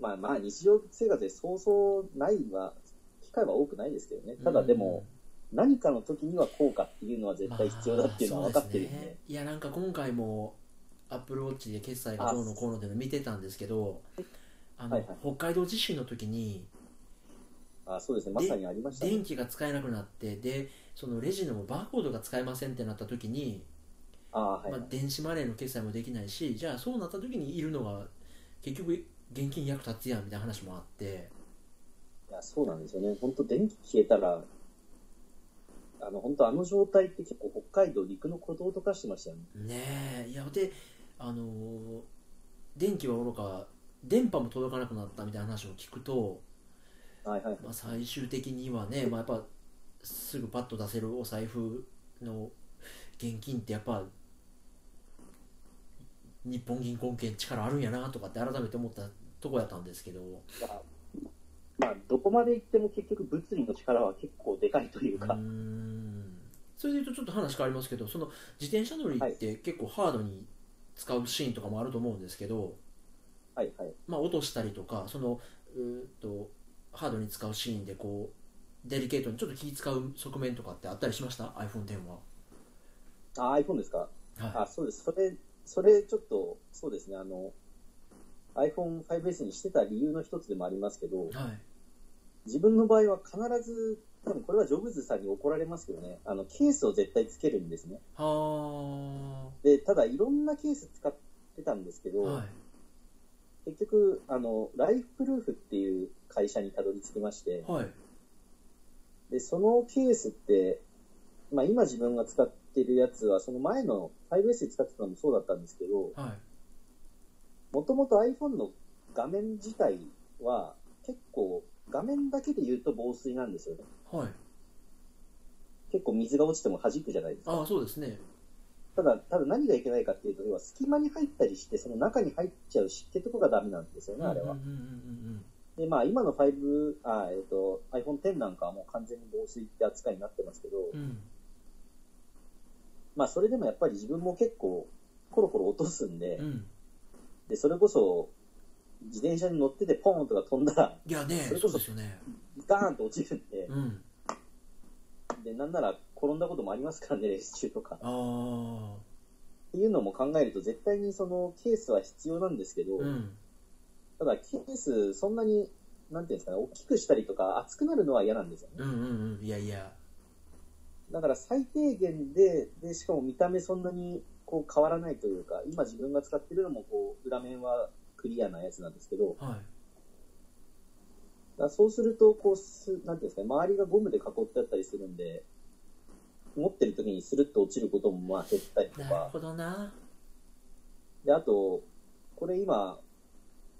S1: まあまあ日常生活でそうそうないは、機会は多くないですけどね
S2: う。ん。
S1: ただでも、、何かの時には効果っていうのは絶対必要だっていうのは分かってるん
S2: まあそうす
S1: で
S2: ね。いや、なんか今回も、アップルウォッチで決済がどうのこうのっていうの見てたんですけど、あの、
S1: はいはい
S2: 北海道地震の時に、
S1: あそうですね、まさにありましたね
S2: 電。気が使えなくなって、で、そのレジのバーコードが使えませんってなった時に、
S1: あはいはい
S2: まあ、電子マネーの決済もできないし、じゃあそうなった時にいるのが、結局、現金役立つやんみたいな話もあって、
S1: いや、そうなんですよね。本当電気消えたら、あの、本当あの状態って結構北海道陸の孤島とかしてましたよね。
S2: ねえいやであのー電気はおろか電波も届かなくなったみたいな話を聞くと、
S1: はいはいはい。
S2: まあ、最終的にはね、まあ、やっぱすぐパッと出せるお財布の現金ってやっぱ日本銀行系力あるんやなとかって改めて思ったとこやったんですけど、
S1: だからまあ、どこまで行っても結局物理の力は結構でかいという
S2: う
S1: か、
S2: ーんそれで言うとちょっと話変わりますけどその自転車乗りって結構ハードに使うシーンとかもあると思うんですけど、
S1: はいはい。
S2: まあ、落としたりとかそのうーっとハードに使うシーンでこうデリケートにちょっと気使う側面とかってあったりしました iPhone X は
S1: あ、iPhone ですか
S2: は
S1: あ、そうです。それ、それちょっと、そうですね、あの、iPhone5S にしてた理由の一つでもありますけど
S2: い、、はい、
S1: 自分の場合は必ず、多分これはジョブズさんに怒られますけどね、あの、ケースを絶対つけるんですね。
S2: はあ
S1: で、ただいろんなケース使ってたんですけど、
S2: はい
S1: 結局、あの、ライフプルーフっていう会社にたどり着きまして、
S2: はい
S1: で、そのケースって、まあ今自分が使ってるやつは、その前の 5S で使ってたのもそうだったんですけど、
S2: はい
S1: もともと iPhone の画面自体は結構画面だけで言うと防水なんですよね。
S2: はい
S1: 結構水が落ちても弾くじゃないですか。
S2: ああそうですね
S1: ただ、ただ何がいけないかっていうと、要は隙間に入ったりして、その中に入っちゃう湿気とかがダメなんですよね、あれは
S2: うん。うんうん
S1: で、まあ今の5、あえっ、と、iPhone X なんかはもう完全に防水って扱いになってますけど、
S2: うんうんうん
S1: まあそれでもやっぱり自分も結構コロコロ落とすんで、
S2: うん
S1: で、それこそ自転車に乗っててポーンとか飛んだら
S2: いやね
S1: それ
S2: そ
S1: こ
S2: う
S1: そ
S2: ですよね
S1: ガーンと落ちるんで、
S2: うん
S1: で、なんなら転んだこともありますからね、レース中とか。
S2: ああ
S1: っていうのも考えると、絶対にそのケースは必要なんですけど、
S2: うん
S1: ただケース、そんなに、なんていうんですかね、大きくしたりとか、厚くなるのは嫌なんですよね。
S2: うんうんうんいやいや
S1: だから最低限で、で、しかも見た目そんなにこう変わらないというか、今自分が使ってるのもこう、裏面はクリアなやつなんですけど、だ
S2: はい
S1: からそうすると、こうす、なんていうんですかね、周りがゴムで囲ってあったりするんで、持ってる時にスルッと落ちることもまあ減ったりと
S2: なる
S1: か、
S2: ほどな
S1: で、あと、これ今、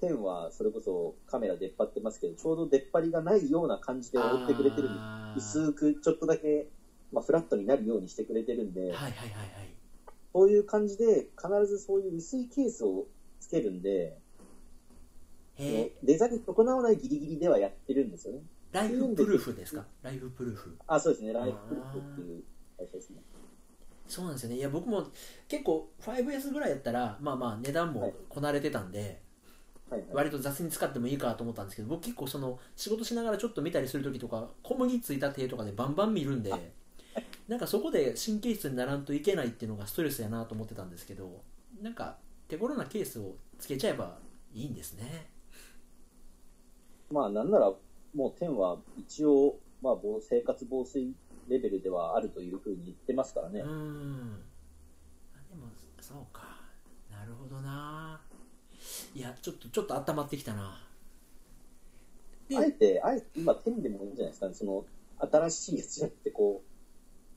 S1: 10はそれこそカメラ出っ張ってますけど、ちょうど出っ張りがないような感じで覆ってくれてるんで、
S2: あー
S1: 薄くちょっとだけ、まあ、フラットになるようにしてくれてるんで、
S2: はいはいはいはい
S1: そういう感じで、必ずそういう薄いケースをつけるんで、
S2: へえ
S1: デザイン損なわないギリギリではやってるんですよね。
S2: ライフプルーフですかライフプルーフ
S1: あ、そうですね。ライフプルーフっていう会社ですね。
S2: そうなんですよねいや僕も結構 5S ぐらいやったらまあまあ値段
S1: は
S2: も
S1: い
S2: こなれてたんで
S1: はいはい。
S2: 割と雑に使ってもいいかと思ったんですけど僕結構その仕事しながらちょっと見たりする時とか小麦ついた手とかでバンバン見るんでなんかそこで神経質にならんといけないっていうのがストレスやなと思ってたんですけどなんか手頃なケースをつけちゃえばいいんですね
S1: まあ、なんなら、もう10は一応、まあ、防生活防水レベルではあるというふうに言ってますからね。
S2: うーんあでもそうかなるほどないやちょっとちょっと温まってきたなで
S1: あえて、あえて今、10でもいいんじゃないですかね、その、新しいやつじゃなくて、こ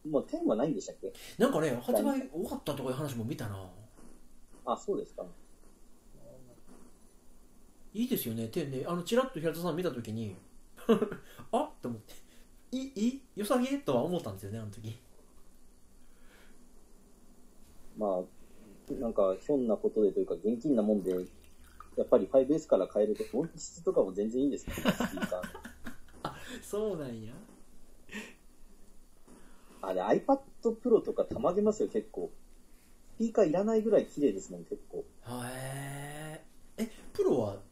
S1: う、もう10はないんでしたっけ
S2: なんかね発売多かったとかいう話も見たな
S1: あ、そうですか。
S2: いいですよね天ねあのちらっと平田さん見た時に あっと思っていいいい良さげとは思ったんですよねあの時
S1: まあ、なんか、ひょんなことでというか、現金なもんで、やっぱり 5S から変えると、音質とかも全然いいんですけど、ね、スピーカーの
S2: そうなんや
S1: あれ、iPad Pro とかたまげますよ、結構。スピーカーいらないぐらい綺麗ですもん、結構。
S2: へええプロは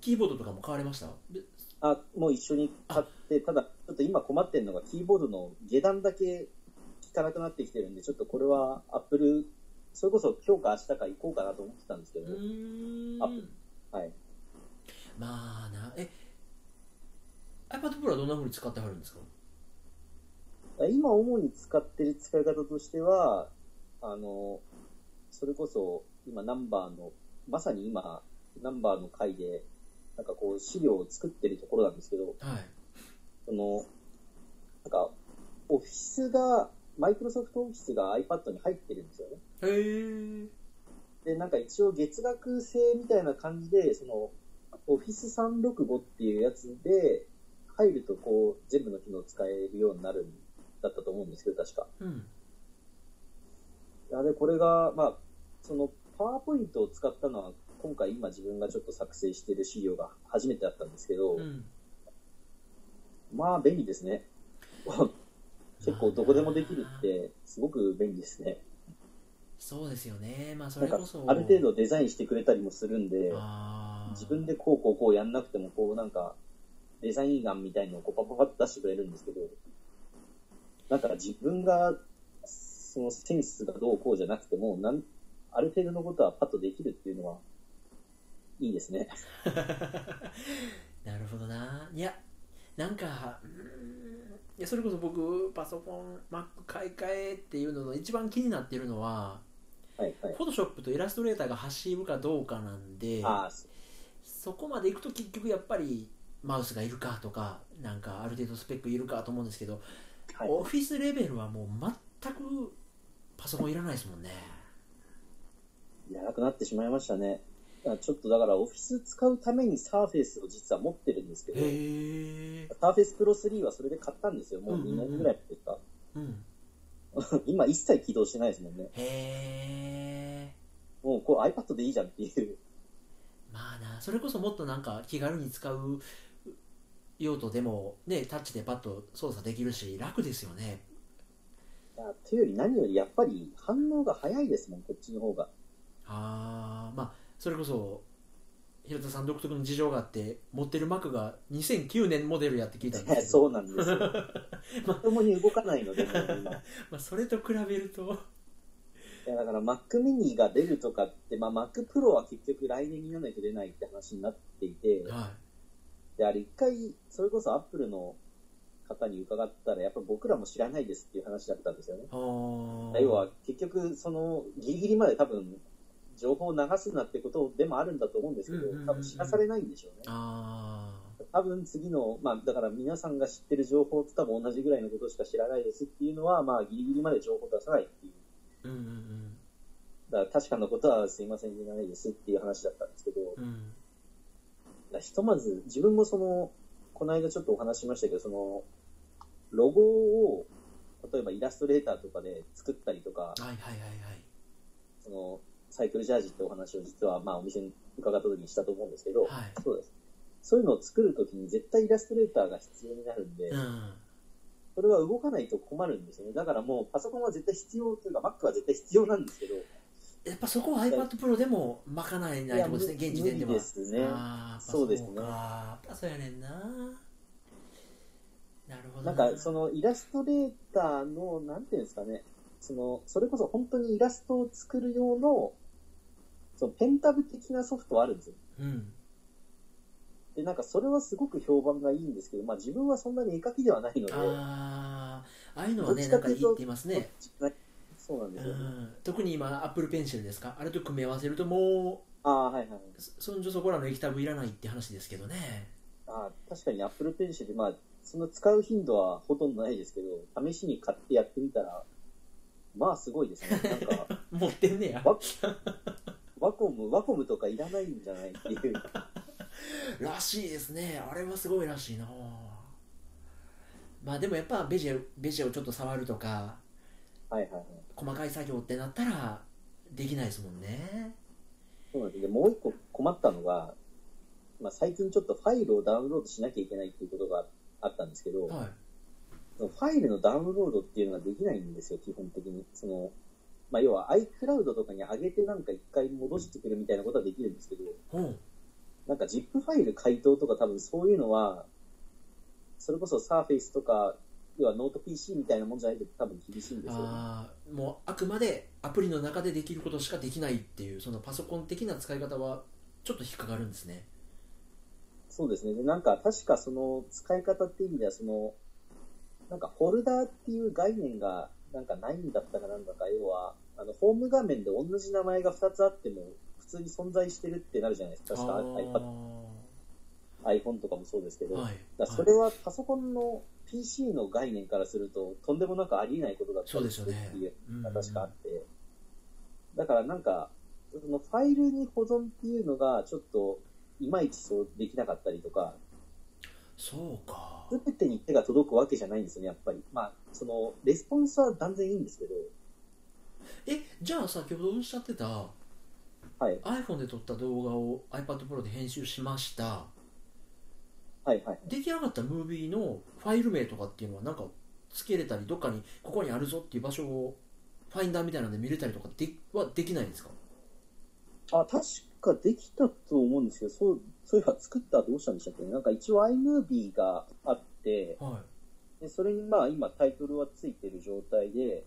S2: キーボードとかも買われましたで
S1: あ、もう一緒に買って、ただ、ちょっと今困ってるのが、キーボードの下段だけ聞かなくなってきてるんで、ちょっとこれは Apple、それこそ今日か明日か行こうかなと思ってたんですけど、
S2: うーん
S1: あはい。
S2: まあなえ iPad Pro はどんなふうに使ってはるんですか
S1: 今主に使ってる使い方としては、あの、それこそ今ナンバーの、まさに今、ナンバーの回で、なんかこう資料を作ってるところなんですけど、
S2: はい
S1: その、なんか、オフィスが、マイクロソフトオフィスが iPad に入ってるんですよね。
S2: へえ
S1: で、なんか一応月額制みたいな感じで、その、オフィス365っていうやつで、入るとこう、全部の機能使えるようになるんだったと思うんですけど、確か。
S2: うん
S1: いやで、これが、まあ、その、パワーポイントを使ったのは、今回今自分がちょっと作成している資料が初めてだったんですけど、
S2: うん
S1: まあ便利ですね。 結構どこでもできるって、すごく便利ですね。
S2: そうですよねまあそ
S1: な
S2: れ
S1: んか
S2: こそ、
S1: ある程度デザインしてくれたりもするんで、
S2: あ
S1: 自分でこうこうこうやんなくても、こうなんか、デザイン案みたいのをこうパパパッと出してくれるんですけど、だから自分が、そのセンスがどうこうじゃなくても、なんある程度のことはパッとできるっていうのは、いいですね。
S2: なるほどないやなんかうーんいやそれこそ僕パソコン Mac 買い替えっていうのの一番気になってるのは
S1: はいはい。
S2: Photoshop とイラストレーターが走るかどうかなんで
S1: ああ、そ
S2: そこまでいくと結局やっぱりマウスがいるかとかなんかある程度スペックいるかと思うんですけど、
S1: はい
S2: オフィスレベルはもう全くパソコンいらないですもんね
S1: いらなくなってしまいましたね。あちょっとだからオフィス使うためにサーフェイスを実は持ってるんですけど、
S2: へえ
S1: サーフェイスプロ3はそれで買ったんですよ。もう2年ぐらいですか。
S2: うん
S1: 今一切起動してないですもんね。
S2: へえ
S1: もうこう iPad でいいじゃんっていう。
S2: まあなそれこそもっとなんか気軽に使う用途でもねタッチでパッと操作できるし楽ですよね
S1: いやというより何よりやっぱり反応が早いですもん、こっちの方が。
S2: あーまあそれこそ平田さん独特の事情があって持ってる Mac が2009年モデルやって聞いたんですけ ど
S1: そうなん ですよ。まともに動かないので、もう今。
S2: まあ、それと比べ ると
S1: いやだから Mac mini が出るとかって、まあ、Mac Pro は結局来年にならないと出ないって話になっていて、
S2: は
S1: で、あれ一回、それこそ Apple の方に伺ったら、やっぱ僕らも知らないですっていう話だったんですよね。
S2: いお
S1: 要は結局、そのギリギリまで多分、情報を流すなってことでもあるんだと思うんですけど
S2: うんうんうんう、ん
S1: 多分知らされないんでしょうね。
S2: あ
S1: 多分次の、まあ、だから皆さんが知ってる情報と多分同じぐらいのことしか知らないですっていうのは、まあ、ギリギリまで情報出さないっていう。
S2: ーうんうん
S1: だから確かなことはすいません言えないですっていう話だったんですけど、だか
S2: うんうん
S1: らひとまず自分もその、この間ちょっとお話ししましたけど、その、ロゴを、例えばイラストレーターとかで作ったりとか、
S2: はいはいはいはい
S1: その、サイクルジャージってお話を実は、まあ、お店に伺った時にしたと思うんですけど、
S2: はい
S1: そうです。そういうのを作るときに絶対イラストレーターが必要になるんで、
S2: うん
S1: それは動かないと困るんですよね。だからもうパソコンは絶対必要というか、Mac は絶対必要なんですけど、
S2: やっぱそこは iPad Pro でも賄えないところですね
S1: いや
S2: 現時点では
S1: 無理ですね
S2: あー
S1: そうですね
S2: やっぱそうかそうやねんななるほど
S1: なんかそのイラストレーターの、なんていうんですかね、その、それこそ本当にイラストを作る用の、そのペンタブ的なソフトはあるんですよ。
S2: うん
S1: で、なんかそれはすごく評判がいいんですけど、まあ自分はそんなに絵描きではないので、
S2: あーああいうのは
S1: どっ
S2: ね
S1: ち
S2: な
S1: か
S2: んか
S1: と
S2: い
S1: い
S2: い
S1: と
S2: うって言いますね
S1: そうなんです
S2: う
S1: よね、
S2: ん特に今 Apple Pencil ですかあれと組み合わせるとも
S1: ああ、はいはいはい。
S2: うそそんじょそこらの液タブいらないって話ですけどね
S1: ああ、確かに Apple Pencil で、まあ、その使う頻度はほとんどないですけど、試しに買ってやってみたら、まあすごいです ね。なんか、
S2: 持ってんねや
S1: わワコム、ワコムとかいらないんじゃないって いう。
S2: らしいですねあれはすごいらしいなまあでもやっぱベジェベジェをちょっと触るとか
S1: はいはいはい。
S2: 細かい作業ってなったらできないですもんね
S1: そうなんです。で、もう一個困ったのが、まあ最近ちょっとファイルをダウンロードしなきゃいけないっていうことがあったんですけど、
S2: はい
S1: そのファイルのダウンロードっていうのができないんですよ、基本的に。その、まあ要は iCloud とかに上げてなんか一回戻してくるみたいなことはできるんですけど、
S2: ほう
S1: なんか ZIP ファイル回答とか多分そういうのは、それこそ Surface とか、要はノート PC みたいなもんじゃないと多分厳しいんですよ、ね。
S2: あーもうあくまでアプリの中でできることしかできないっていうそのパソコン的な使い方はちょっと引っかかるんですね
S1: そうですね。で、なんか確かその使い方っていう意味では、その、なんかフォルダーっていう概念がなんかないんだったかなんだか、要は、あの、ホーム画面で同じ名前が2つあっても、普通に存在してるってなるじゃないですか。確か
S2: あ
S1: iPad
S2: ー
S1: iPhone とかもそうですけど。
S2: はい
S1: だからそれはパソコンの PC の概念からすると、とんでもなくありえないことだった
S2: そう
S1: り
S2: ですよね
S1: っていう
S2: うん
S1: 確かあって、だからなんか、そのファイルに保存っていうのがちょっといまいちそうできなかったりとか、
S2: そうか
S1: すべてに手が届くわけじゃないんですよね、やっぱり。まあ、その、レスポンスは断然いいんですけど、
S2: えじゃあ先ほどおっしゃってた
S1: はい、
S2: iPhone で撮った動画を iPad Pro で編集しました
S1: はい、はい。
S2: 出来上がったムービーのファイル名とかっていうのはなんかつけれたりどっかにここにあるぞっていう場所をファインダーみたいなので見れたりとかではできないんですか
S1: あ、確かできたと思うんですけど、そう、そういえば作ったらどうしたんでしたっけねなんか一応 iMovie があって、
S3: は
S1: で、それにまあ今タイトルはついてる状態で、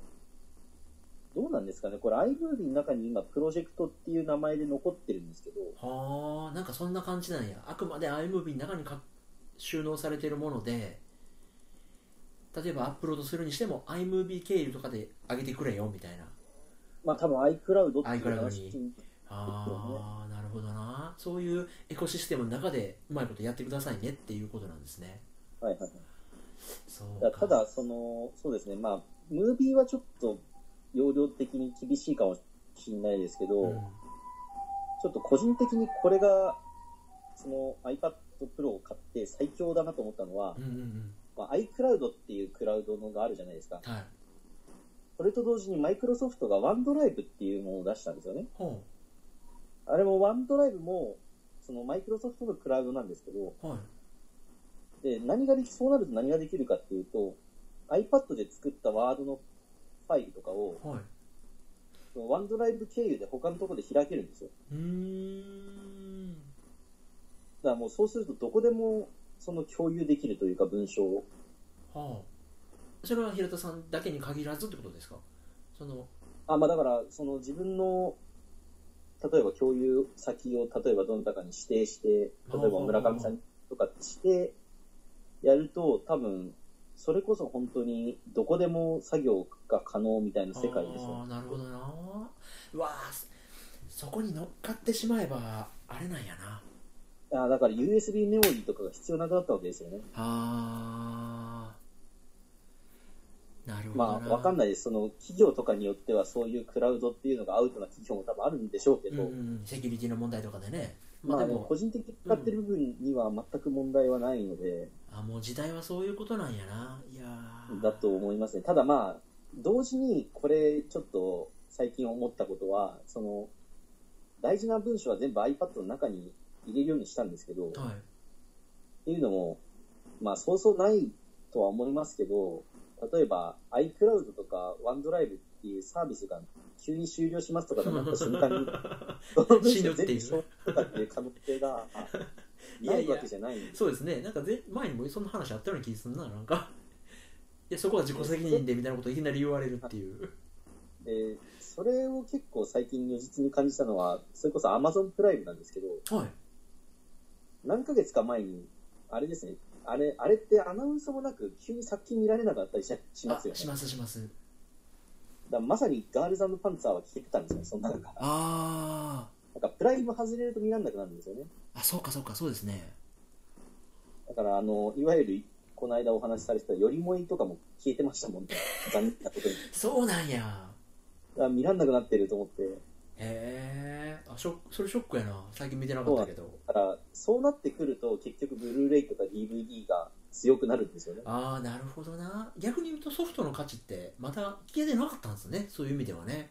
S1: どうなんですかねこれ iMovie の中に今プロジェクトっていう名前で残ってるんですけど、
S2: はあなんかそんな感じなんやあくまで iMovie の中にか収納されているもので例えばアップロードするにしても iMovie 経由とかで上げてくれよみたいな
S1: まあ多分 iCloud っていう
S2: iCloud
S1: 話
S2: にああ、なるほどなそういうエコシステムの中でうまいことやってくださいねっていうことなんですね
S1: はいはいはい。
S2: そう
S1: だ
S2: か
S1: ただ、その、そうですね、まあ、ムービーはちょっと容量的に厳しいかもしれないですけど、
S2: うん
S1: ちょっと個人的にこれが、その iPad Pro を買って最強だなと思ったのは、
S2: うんうん
S1: まあ、iCloud っていうクラウドのがあるじゃないですか。
S2: うんはい
S1: それと同時にマイクロソフトが OneDrive っていうものを出したんですよね。
S2: ほ
S1: あれも OneDrive も、そのマイクロソフトのクラウドなんですけど、
S2: うはい
S1: で、何ができ、そうなると何ができるかっていうと、iPad で作ったワードのファイルとかを、
S2: はい
S1: ワンドライブ経由で他のところで開けるんですよ。
S2: うーん
S1: だからもうそうするとどこでもその共有できるというか文章を。
S2: はあそれは平田さんだけに限らずってことですかその
S1: あ、まあだからその自分の例えば共有先を例えばどなたかに指定して、例えば村上さんとかしてやると多分それこそ本当にどこでも作業が可能みたいな世界ですよ。
S2: あーなるほどなうわあそそこに乗っかってしまえばあれなんやな
S1: あだから USB メモリーとかが必要なくなったわけですよね。
S2: あーなるほど
S1: まあ、わかんな
S2: ない
S1: いです。その、企業とかによっては、そういうクラウドっていうのがアウトな企業も多分あるんでしょうけ
S2: け
S1: ど、
S2: うんうんうん、セキュリティの問題とかでねま
S1: ま
S2: あ
S1: あ、
S2: で
S1: で
S2: も、
S1: も個人的に使ってる部分には全く問題はないので、
S2: あもう時代はそういうことなんやないやー
S1: だと思いますね。ただまあ、同時に、これ、ちょっと、最近思ったことは、その、大事な文章は全部 iPad の中に入れるようにしたんですけど、
S2: はい
S1: っていうのも、まあ、そうそうないとは思いますけど、例えば iCloud とか OneDrive っていうサービスが急に終了しますとかになった瞬間 に、その
S2: 死ぬっていう
S1: 消費とかっていう可能性があ
S2: いや
S1: ないい
S2: や
S1: わけじゃないんで
S2: そうですねなんかぜ前にもそんな話あったような気するななんかいやそこは自己責任でみたいなこといきなり言われるっていう
S1: で、それを結構最近如実に感じたのは、それこそ Amazon プライムなんですけど、
S2: はい
S1: 何ヶ月か前に、あれですね、あれ、あれってアナウンスもなく急に作品見られなかったりししますよね。
S2: あしますします
S1: だからまさにガールズパンツァーは聞けてたんですよね、そんな中。
S2: あ
S1: なんかプライム外れると見られなくなるんですよね。
S2: ーあそうかそうかそうですね
S1: だから、あの、いわゆる、この間お話しされてたよりもいとかも消えてましたもんね。残念なことに。
S2: そうなんや
S1: あ見らんなくなってると思って。
S2: へえあショックそれショックやな最近見てなかったけど
S1: だから、そうなってくると、結局、ブルーレイとか DVD が強くなるんですよね。
S2: ああなるほどな逆に言うとソフトの価値ってまた消えてなかったんですねそういう意味ではね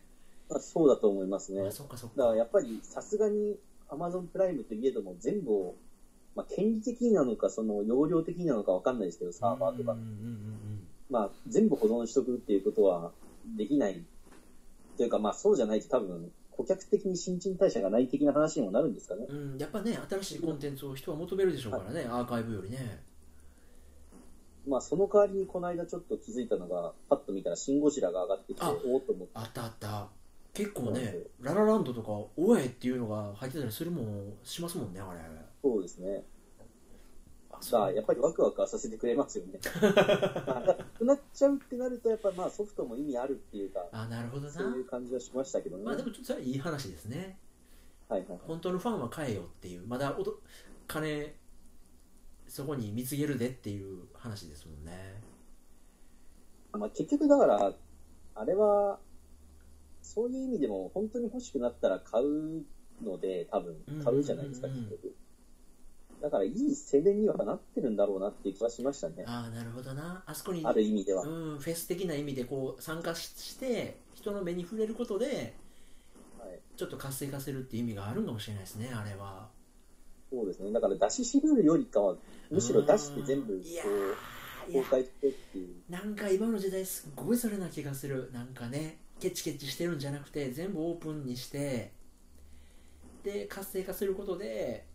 S1: まあ、そうだと思いますね。
S2: あ
S1: だ
S2: そっかそっ
S1: から、
S2: か
S1: やっぱり、さすがに Amazon プライムといえども、全部を、まあ、権利的なのか、その、容量的なのかわかんないですけど、サーバーとか
S2: うんうんうんうん
S1: まあ、全部保存しとくっていうことはできない。というか、まあ、そうじゃないと多分、顧客的に新陳代謝がない的な話にもなるんですかね。
S2: うん、やっぱね新しいコンテンツを人は求めるでしょうからね、アーカイブよりね
S1: まあ、その代わりにこの間ちょっと気づいたのが、パッと見たらシンゴジラが上がってきて、
S2: あ
S1: おおっと思って。
S2: あったあった結構ね
S1: うん
S2: 「ララランド」とか「オエ」っていうのが入ってたりするもんしますもんねあれ
S1: そうですね。
S2: あ
S1: さあ、やっぱりワクワクはさせてくれますよ ね。まあなくなっちゃうってなると、やっぱまあ、ソフトも意味あるっていうか、
S2: あなるほどな
S1: そういう感じはしましたけどね。
S2: ま
S1: は
S2: あ
S1: い
S2: でもちょっとそれはいい話ですね
S1: はいはい。
S2: 本当のファンは買えよっていうまだおと金そこに貢げるでっていう話ですもんね
S1: まあ、結局だから、あれは、そういう意味でも、本当に欲しくなったら買うので、多分
S2: うん、
S1: 買うじゃないですか、
S2: うんうんうん
S1: 結局。だから、いい宣伝にはなってるんだろうなっていう気はしましたね。
S2: ああなるほどなあそこに
S1: ある意味では。
S2: うん、フェス的な意味でこう参加しして人の目に触れることで
S1: はい。
S2: ちょっと活性化するっていう意味があるんかもしれないですねあれは
S1: そうですね。だから、出し渋るよりかは、むしろ出して全
S2: う
S1: 部、
S2: んいや
S1: こう、
S2: いや
S1: 公開してっていう。
S2: なんか今の時代すっごいそれな気がするなんかねケチケチしてるんじゃなくて全部オープンにしてって活性化することで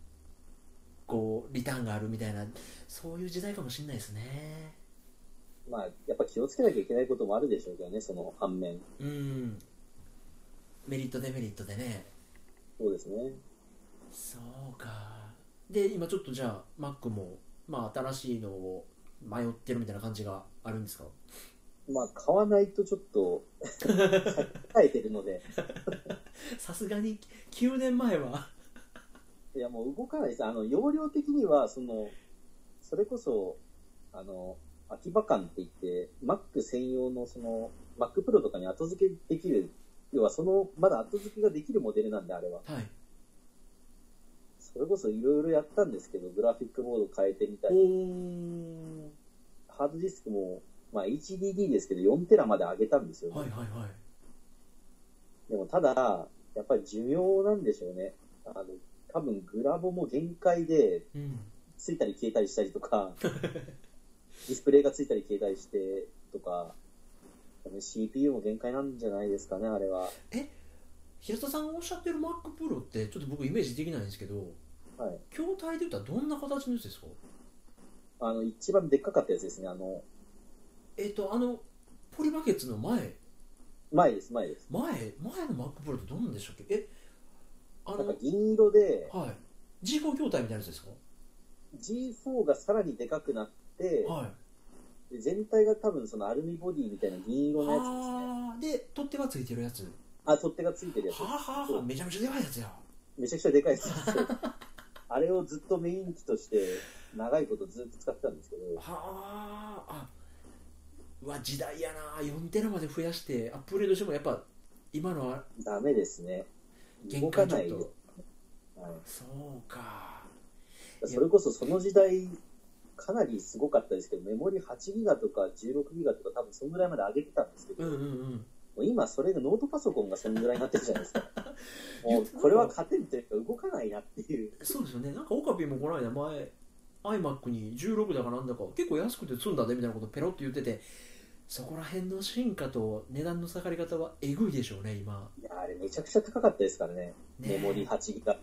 S2: こうリターンがあるみたいなそういう時代かもしれないですね
S1: まあ、やっぱ気をつけなきゃいけないこともあるでしょうけどね、その反面。
S2: うんメリットデメリットでね
S1: そうですね。
S2: そうかで今ちょっとじゃあ Mac も、まあ、新しいのを迷ってるみたいな感じがあるんですか
S1: まあ、買わないとちょっ と、耐えてるので、
S2: さすがに9年前はい
S1: や、もう動かないです。あの、容量的には、その、それこそ、あの、秋葉館って言って、Mac 専用の、その、Mac Pro とかに後付けできる、要はその、まだ後付けができるモデルなんで、あれは。
S2: はい
S1: それこそいろいろやったんですけど、グラフィックボード変えてみた
S2: お
S1: り、
S2: ー
S1: ハードディスクも、まあ HDD ですけど、4テラまで上げたんですよ、ね
S2: はいはいはい
S1: でもただ、やっぱり寿命なんでしょうね。あの、多分グラボも限界で、
S2: うん
S1: ついたり消えたりしたりとか、 ディスプレイがついたり消えたりしてとか、多分 CPU も限界なんじゃないですかね、あれは。
S2: 平田さんがおっしゃってる MacPro ってちょっと僕イメージできないんですけど
S1: はい。
S2: 筐体で言ったらどんな形のやつですか
S1: あの、一番でっかかったやつですね。あの、
S2: えっ、とあのポリバケツの前
S1: 前です、前です。
S2: 前前の MacPro ってどんなんでしたっけえあ
S1: なん
S2: の
S1: か銀色で、
S2: はい G5 筐体みたいなやつですか
S1: G4 がさらにでかくなって、
S2: はい
S1: で全体が多分そのアルミボディみたいな銀色のやつですね。
S2: はあで取っ手がついてるやつ
S1: あ、取っ手がついてるやつ
S2: は。あはあはあめちゃめちゃでかいやつや
S1: めちゃくちゃでかいです。あれをずっとメイン機として、長いことずっと使ってたんですけど、
S2: はああうわ時代やな4テラまで増やしてアップグレードしてもやっぱ今のは
S1: ダメですね。動
S2: 限
S1: か
S2: 界ちょ
S1: ないで
S2: っ
S1: す
S2: と
S1: はい
S2: そうか
S1: それこそその時代、かなりすごかったですけど、メモリ8ギガとか16ギガとか、多分そのぐらいまで上げてたんですけど、
S2: うん
S1: も
S2: うんうん
S1: う今、それがノートパソコンがそのぐらいになってるじゃないで すか。もうこれは勝てるというか、動かないなっていう。
S2: そうですよねなんかオカピもこの間前 iMac に16だかなんだか結構安くて積んだでみたいなことペロって言っててそこら辺の進化と値段の下がり方はえぐいでしょうね今
S1: いや、あれめちゃくちゃ高かったですからね、
S2: ね
S1: メモリ8ギガ。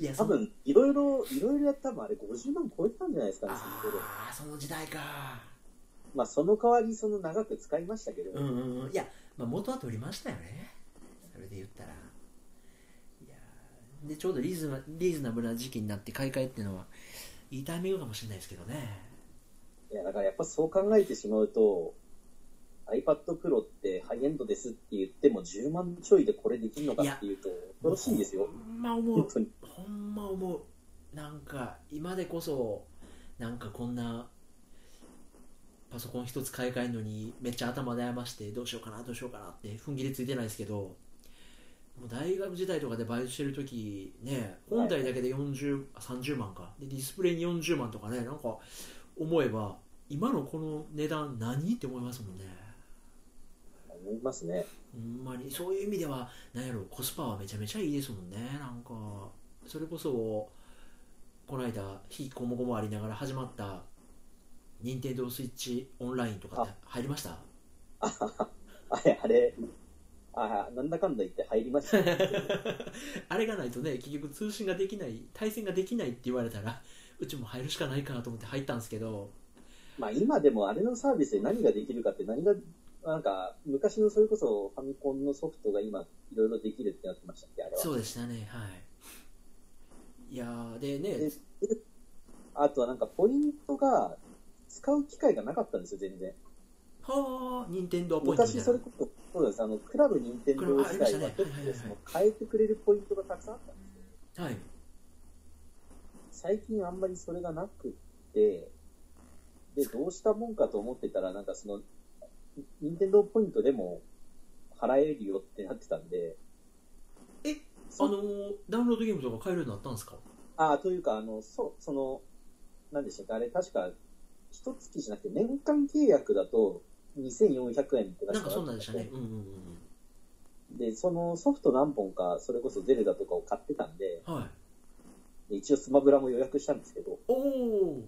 S2: いやそ
S1: 多
S2: の
S1: 分、いろいろ、いろいろやったら、あれ50万超えてたんじゃないですかね、その頃
S2: ああその時代か
S1: まあ、その代わり、その長く使いましたけど、
S2: うんうんうんいや、まあ、元は取りましたよねそれで言ったらいやーでちょうどリーズナリーズナブルな時期になって買い替えっていうのはいいタイミングかもしれないですけどね
S1: いや、だからやっぱそう考えてしまうと、iPad Pro ってハイエンドですって言っても10万ちょいでこれできるのかっていうと、恐ろしいですよ
S2: ほ。んま思
S1: 本
S2: う
S1: 当に。
S2: ほんま思うなんか今でこそなんかこんなパソコン一つ買い替えるのにめっちゃ頭悩ましてどうしようかなどうしようかなって踏ん切りついてないですけどもう大学時代とかでバイトしてる時ね本体だけで40あ30万かでディスプレイに40万とかねなんか思えば今のこの値段何って思いますもんね
S1: 思いますね。
S2: ほんまにそういう意味ではなんやろコスパはめちゃめちゃいいですもんねなんかそれこそこの間非こもごもありながら始まった任天堂スイッチオンラインとかって入りました
S1: あれ、あれ、あなんだかんだ言って入りま した、ね。
S2: あれがないとね結局通信ができない対戦ができないって言われたら うちも入るしかないかなと思って入ったんですけど
S1: まあ今でもあれのサービスで何ができるかって何が、なんか昔のそれこそファミコンのソフトが今いろいろできるってなってましたっけ、あれは。
S2: そうでしたねはいいやーでね
S1: であとはなんかポイントが使う機会がなかったんですよ、全然。
S2: はあ任天堂ポイントみたい
S1: 昔
S2: な
S1: それこそ、そうなんです、あの、クラブ任天堂時代は
S2: クラブありましたね
S1: 結
S2: はい
S1: 構
S2: はいはい
S1: その変えてくれるポイントがたくさんあったんですけど、
S2: はい
S1: 最近あんまりそれがなくって、で、どうしたもんかと思ってたら、なんかその、任天堂ポイントでも払えるよってなってたんで、
S2: えあ
S1: そ
S2: のーダウンロードゲームとか買えるようになったんですか
S1: あ、というか、あの、そう、その、なんでしたっけ、あれ確か、一月じゃなくて年間契約だと2400円って確か
S2: なんかそんなんでしたね
S1: あっ
S2: うんうんうん
S1: たで、そのソフト何本か、それこそゼルダとかを買ってたんで、
S2: うんはい
S1: で一応スマブラも予約したんですけど、
S2: おお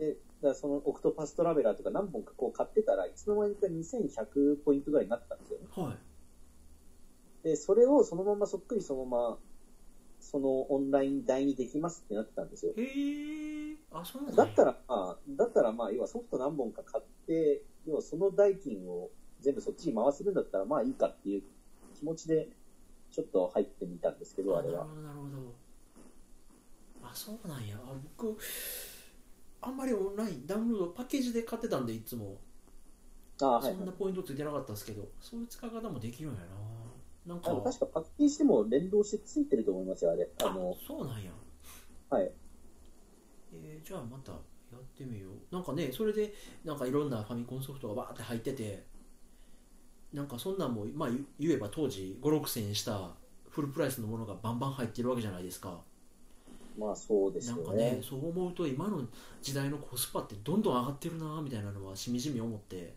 S1: で、だからそのオクトパストラベラーとか何本かこう買ってたらいつの間にか2100ポイントぐらいになってたんですよね。
S2: はい
S1: で、それをそのままそっくりそのまま、そのオンライン代にできますってなってたんですよ。
S2: へえあそうなん
S1: だったら、まあ、だったらまあ、要はソフト何本か買って、要はその代金を全部そっちに回せるんだったら、まあいいかっていう気持ちで、ちょっと入ってみたんですけど、あれは
S2: なる。ほどなるほどあそうなんやあ僕あんまりオンラインダウンロードパッケージで買ってたんでいつも
S1: ああ、はい
S2: そ
S1: はい
S2: んな。ポイントついてなかったんですけど、そういう使い方もできるんやななんか
S1: あの確かパッケージでも連動してついてると思いますよ、あれ。あ
S2: あ
S1: の、
S2: そうなんや、
S1: はい。
S2: えーじゃあまたやってみようなんかねそれでなんかいろんなファミコンソフトがバーって入っててなんかそんなんもまあ言言えば当時5 6千円したフルプライスのものがバンバン入ってるわけじゃないですか
S1: まあそうです
S2: な
S1: よ
S2: んか
S1: ね。
S2: ねそう思うと今の時代のコスパってどんどん上がってるなみたいなのはしみじみ思って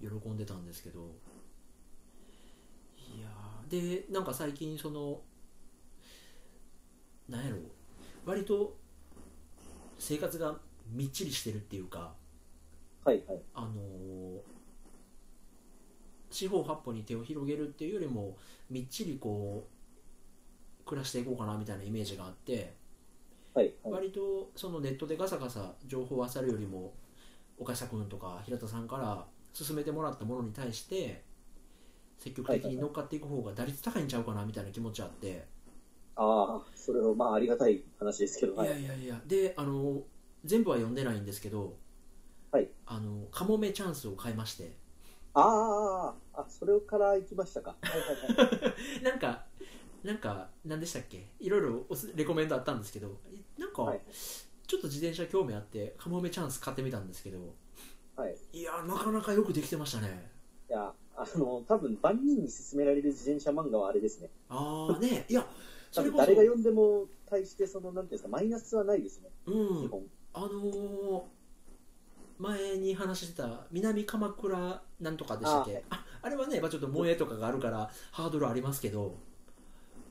S2: 喜んでたんですけどいやーでなんか最近そのなんやろ割と生活がみっちりしてるっていうか
S1: はいはい。
S2: あのー四方八方に手を広げるっていうよりもみっちりこう暮らしていこうかなみたいなイメージがあって
S1: はいはい。
S2: 割とそのネットでガサガサ情報を漁るよりも岡下君とか平田さんから勧めてもらったものに対して積極的に乗っかっていく方が打率高いんちゃうかなみたいな気持ちあって
S1: ああ、それはまあありがたい話ですけど、
S2: い
S1: はい
S2: や。いやいやであの全部は読んでないんですけど
S1: はい
S2: あのカモメチャンスを買いまして
S1: ああ、あ、それから行きましたか。はいはいはい。
S2: なんか、なんか、なんでしたっけ、いろいろおすレコメンドあったんですけど、なんか、
S1: はい
S2: ちょっと自転車興味あって、カモメチャンス買ってみたんですけど、
S1: はい、い
S2: いやー、なかなかよくできてましたね。
S1: や、あの、多分万人に勧められる自転車漫画はあれですね。
S2: あーね、いや、
S1: 多
S2: それ
S1: 分
S2: こそ
S1: 誰が、読んでも、対してその、なんていうんですか、マイナスはないですね、
S2: う
S1: 基
S2: ん、
S1: 本。
S2: あのー、前に話してた南鎌倉なんとかでしたっけああれはねやっぱちょっと萌えとかがあるからハードルありますけど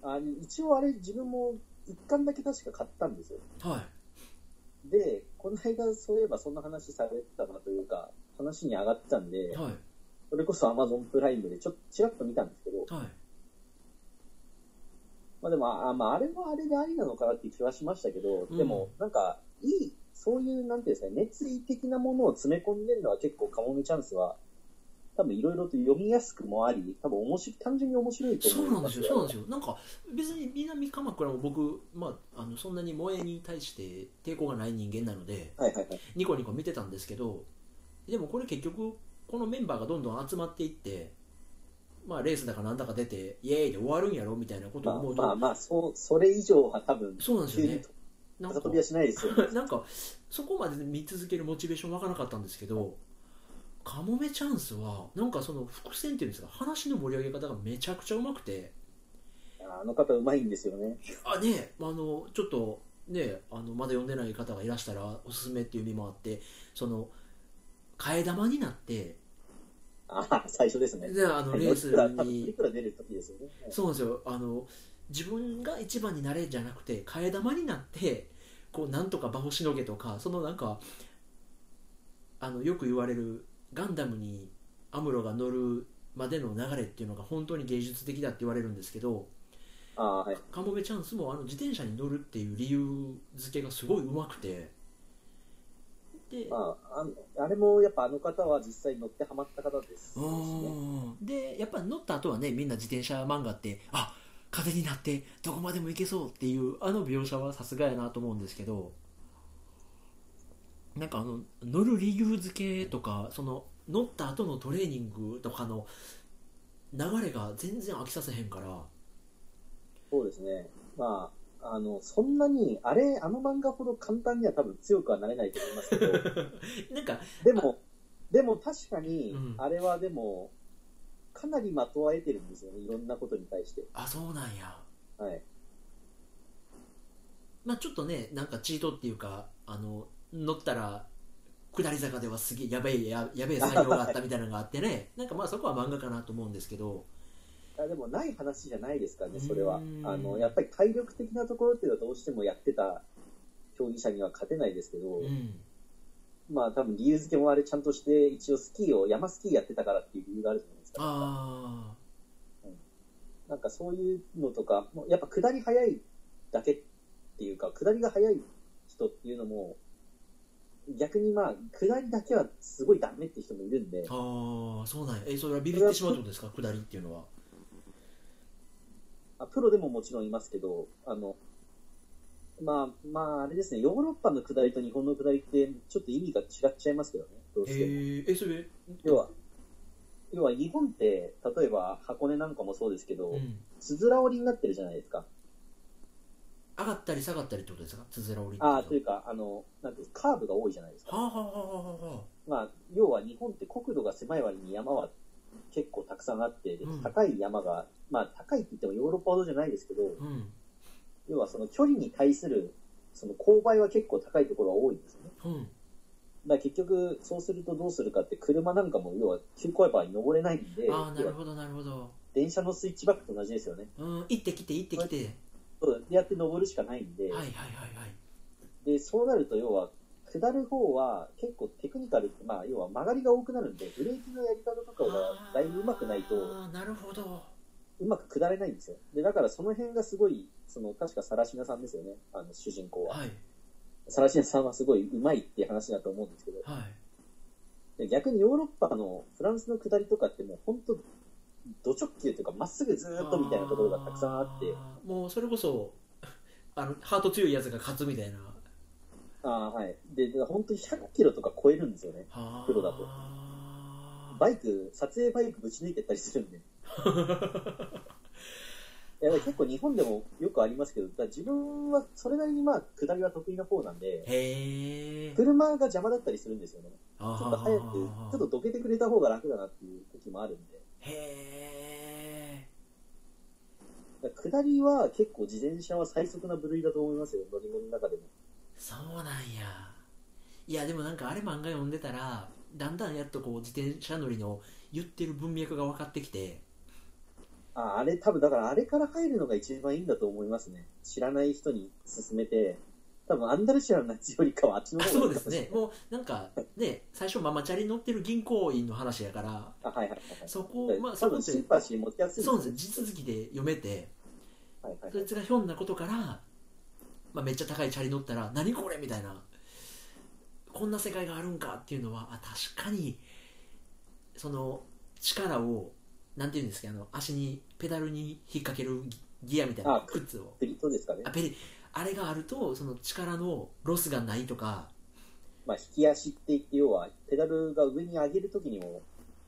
S1: あ一応あれ、自分も一巻だけ確か買ったんですよ。
S2: はい
S1: で、この間、そういえばそんな話されてたなというか、話に上がったんで、
S2: はい
S1: それこそ Amazon プライムでちょっとちらっと見たんですけど、
S2: はい
S1: まあでも、あまあ、あれはあれでありなのかなっていう気はしましたけど、
S2: うん
S1: でも、なんか、いい、そういう、なんていうんですかね、熱意的なものを詰め込んでるのは結構、カモメチャンスは、多分いろいろと読みやすくもあり、多分面白い、単純に面白いと
S2: そ
S1: 思
S2: うなんですよ、
S1: よ
S2: そうなんですよ。なんか別に南鎌倉も僕、まあ、あのそんなに萌えに対して抵抗がない人間なので、
S1: はいはいはい。
S2: ニコニコ見てたんですけど、でもこれ結局、このメンバーがどんどん集まっていって、まあ、レースだかなんだか出て、イエーイで終わるんやろみたいなこと
S1: ま
S2: を
S1: あ
S2: 思うと、
S1: まあまあ、そう、それ以上は多分、
S2: そうなんです
S1: 急
S2: よ
S1: に
S2: ね。なん
S1: 高
S2: か
S1: 飛びはしないですよね。
S2: なんかそこまで見続けるモチベーションわからなかったんですけど「カモメチャンスは」なんかその伏線っていうんですか話の盛り上げ方がめちゃくちゃうまくて
S1: あの方、うまいんですよね。
S2: あねあのちょっとねあのまだ読んでない方がいらしたらおすすめっていう意味もあってその替え玉になって
S1: ああ、最初ですね。
S2: であのレース
S1: いくら、多分い
S2: に
S1: くら出る時ですよね。はい
S2: そうなんですよあの自分が一番になれじゃなくて替え玉になってこうなんとか場をしのげとかそのなんかあのよく言われるガンダムにアムロが乗るまでの流れっていうのが本当に芸術的だって言われるんですけど
S1: ああ、はい。
S2: カモメチャンスもあの自転車に乗るっていう理由付けがすごい上手くてで
S1: まあ、あのあれもやっぱあの方は実際乗ってハマった方ですしね。
S2: でやっぱ乗った後はねみんな自転車漫画ってあ風になってどこまでも行けそうっていうあの描写はさすがやなと思うんですけどなんかあの乗る理由付けとかその乗った後のトレーニングとかの流れが全然飽きさせへんから
S1: そうですね。まあ、あの、そんなに、あれ、あの漫画ほど簡単には多分強くはなれないと思いますけど、
S2: なんか
S1: でも、でも確かに
S2: うん、
S1: あれはでも、かなり的は得てるんですよね、いろんなことに対して。
S2: あそうなんや
S1: はい。
S2: まあちょっとねなんかチートっていうかあの乗ったら下り坂ではすげえやべえややべえ作業があったみたいなのがあっ てねなんかまあそこは漫画かなと思うんですけど
S1: あでも、ない話じゃないですからね、それは
S2: うー。ん
S1: あの、やっぱり体力的なところっていうのはどうしてもやってた競技者には勝てないですけど、
S2: うん
S1: まあ多分理由付けもあれちゃんとして、一応スキーを、山スキーやってたからっていう理由があるじゃないです
S2: ああ
S1: なんかそういうのとか、もうやっぱ下り早いだけっていうか、下りが早い人っていうのも、逆にまあ、下りだけはすごいダメって人もいるんで、
S2: あーそうなんやえそれはビビってしまうってことですか下りっていうのは
S1: あプロでももちろんいますけど、あの、まあ、まあ、あれですね、ヨーロッパの下りと日本の下りって、ちょっと意味が違っちゃいますけどね、どう
S2: え
S1: しても。
S2: ー、えそれ
S1: 要は、要は日本って、例えば箱根なんかもそうですけど、
S2: うん
S1: つづら折りになってるじゃないですか。
S2: 上がったり下がったりってことですかつづら折りっていうの
S1: ああ、というか、あの、なんていうかカーブが多いじゃないですか。
S2: はあはあはあはあはあ
S1: まあ、要は日本って国土が狭い割に山は結構たくさんあって、で
S2: うん
S1: 高い山が、まあ高いって言ってもヨーロッパほどじゃないですけど、
S2: うん
S1: 要はその距離に対する、その勾配は結構高いところが多いんですよね。
S2: うん
S1: だから結局、そうするとどうするかって、車なんかも要は急勾配場に登れないんで、
S2: ああな
S1: 要は
S2: るほどなるほど
S1: 電車のスイッチバックと同じですよね。
S2: うん行ってきて行ってきて
S1: そうやって登るしかないんで、
S2: はいはいはいはい
S1: で、そうなると要は、下る方は結構テクニカルって、まあ要は曲がりが多くなるんで、ブレーキのやり方とかがだいぶ上手くないと、
S2: ああなるほど
S1: うまく下れないんですよ。で、だからその辺がすごい、その、確かサラシナさんですよね、あの、主人公は。
S2: はい
S1: サラシナさんはすごい上手いっていう話だと思うんですけど、
S2: はい
S1: で逆にヨーロッパのフランスの下りとかってもう本当、ド直球というか、まっすぐずーっとみたいなところがたくさんあって、
S2: あーもうそれこそあのハート強いやつが勝つみたいな
S1: ああーはい。で、で本当に100キロとか超えるんですよね。プロだと
S2: と
S1: バイク、撮影バイクぶち抜いてったりするん で。いや結構日本でもよくありますけど、だから自分はそれなりにまあ、下りは得意な方なんで、
S2: へえ
S1: 車が邪魔だったりするんですよね。
S2: ちょ
S1: ちょっと早く、ちょっとどけてくれた方が楽だなっていう時もあるんで。
S2: へ
S1: だから下りは結構自転車は最速な部類だと思いますよ、乗り物の中でも。
S2: ーそうなんやいやでもなんかあれ漫画読んでたらだんだんやっとこう自転車乗りの言ってる文脈が分かってきて
S1: ああれ、多分だからあれから入るのが一番いいんだと思いますね。知らない人に勧めて、多分アンダルシアの夏よりかはあっちの
S2: あ
S1: 方がい
S2: そ
S1: うい
S2: で
S1: か
S2: す
S1: もしれない
S2: ね。もうなんかね最初ママチャリ乗ってる銀行員の話やから
S1: あ、はいはいはいはい。
S2: そこまあそ
S1: 多
S2: こっ
S1: 分
S2: て
S1: シンパシー持ちやすい
S2: そうなんですよ地続きで読めて
S1: はいはい
S2: そ
S1: はいい
S2: つがひょんなことから、まあ、めっちゃ高いチャリ乗ったら何これみたいなこんな世界があるんかっていうのはあ確かにその力をなんていうんですかあの足にペダルに引っ掛けるギギアみたいな
S1: あ
S2: 靴を
S1: クリットですかね
S2: あ。ペリあれがあるとその力のロスがないとか
S1: まあ、引き足って言って、要は、ペダルが上に上げるときにも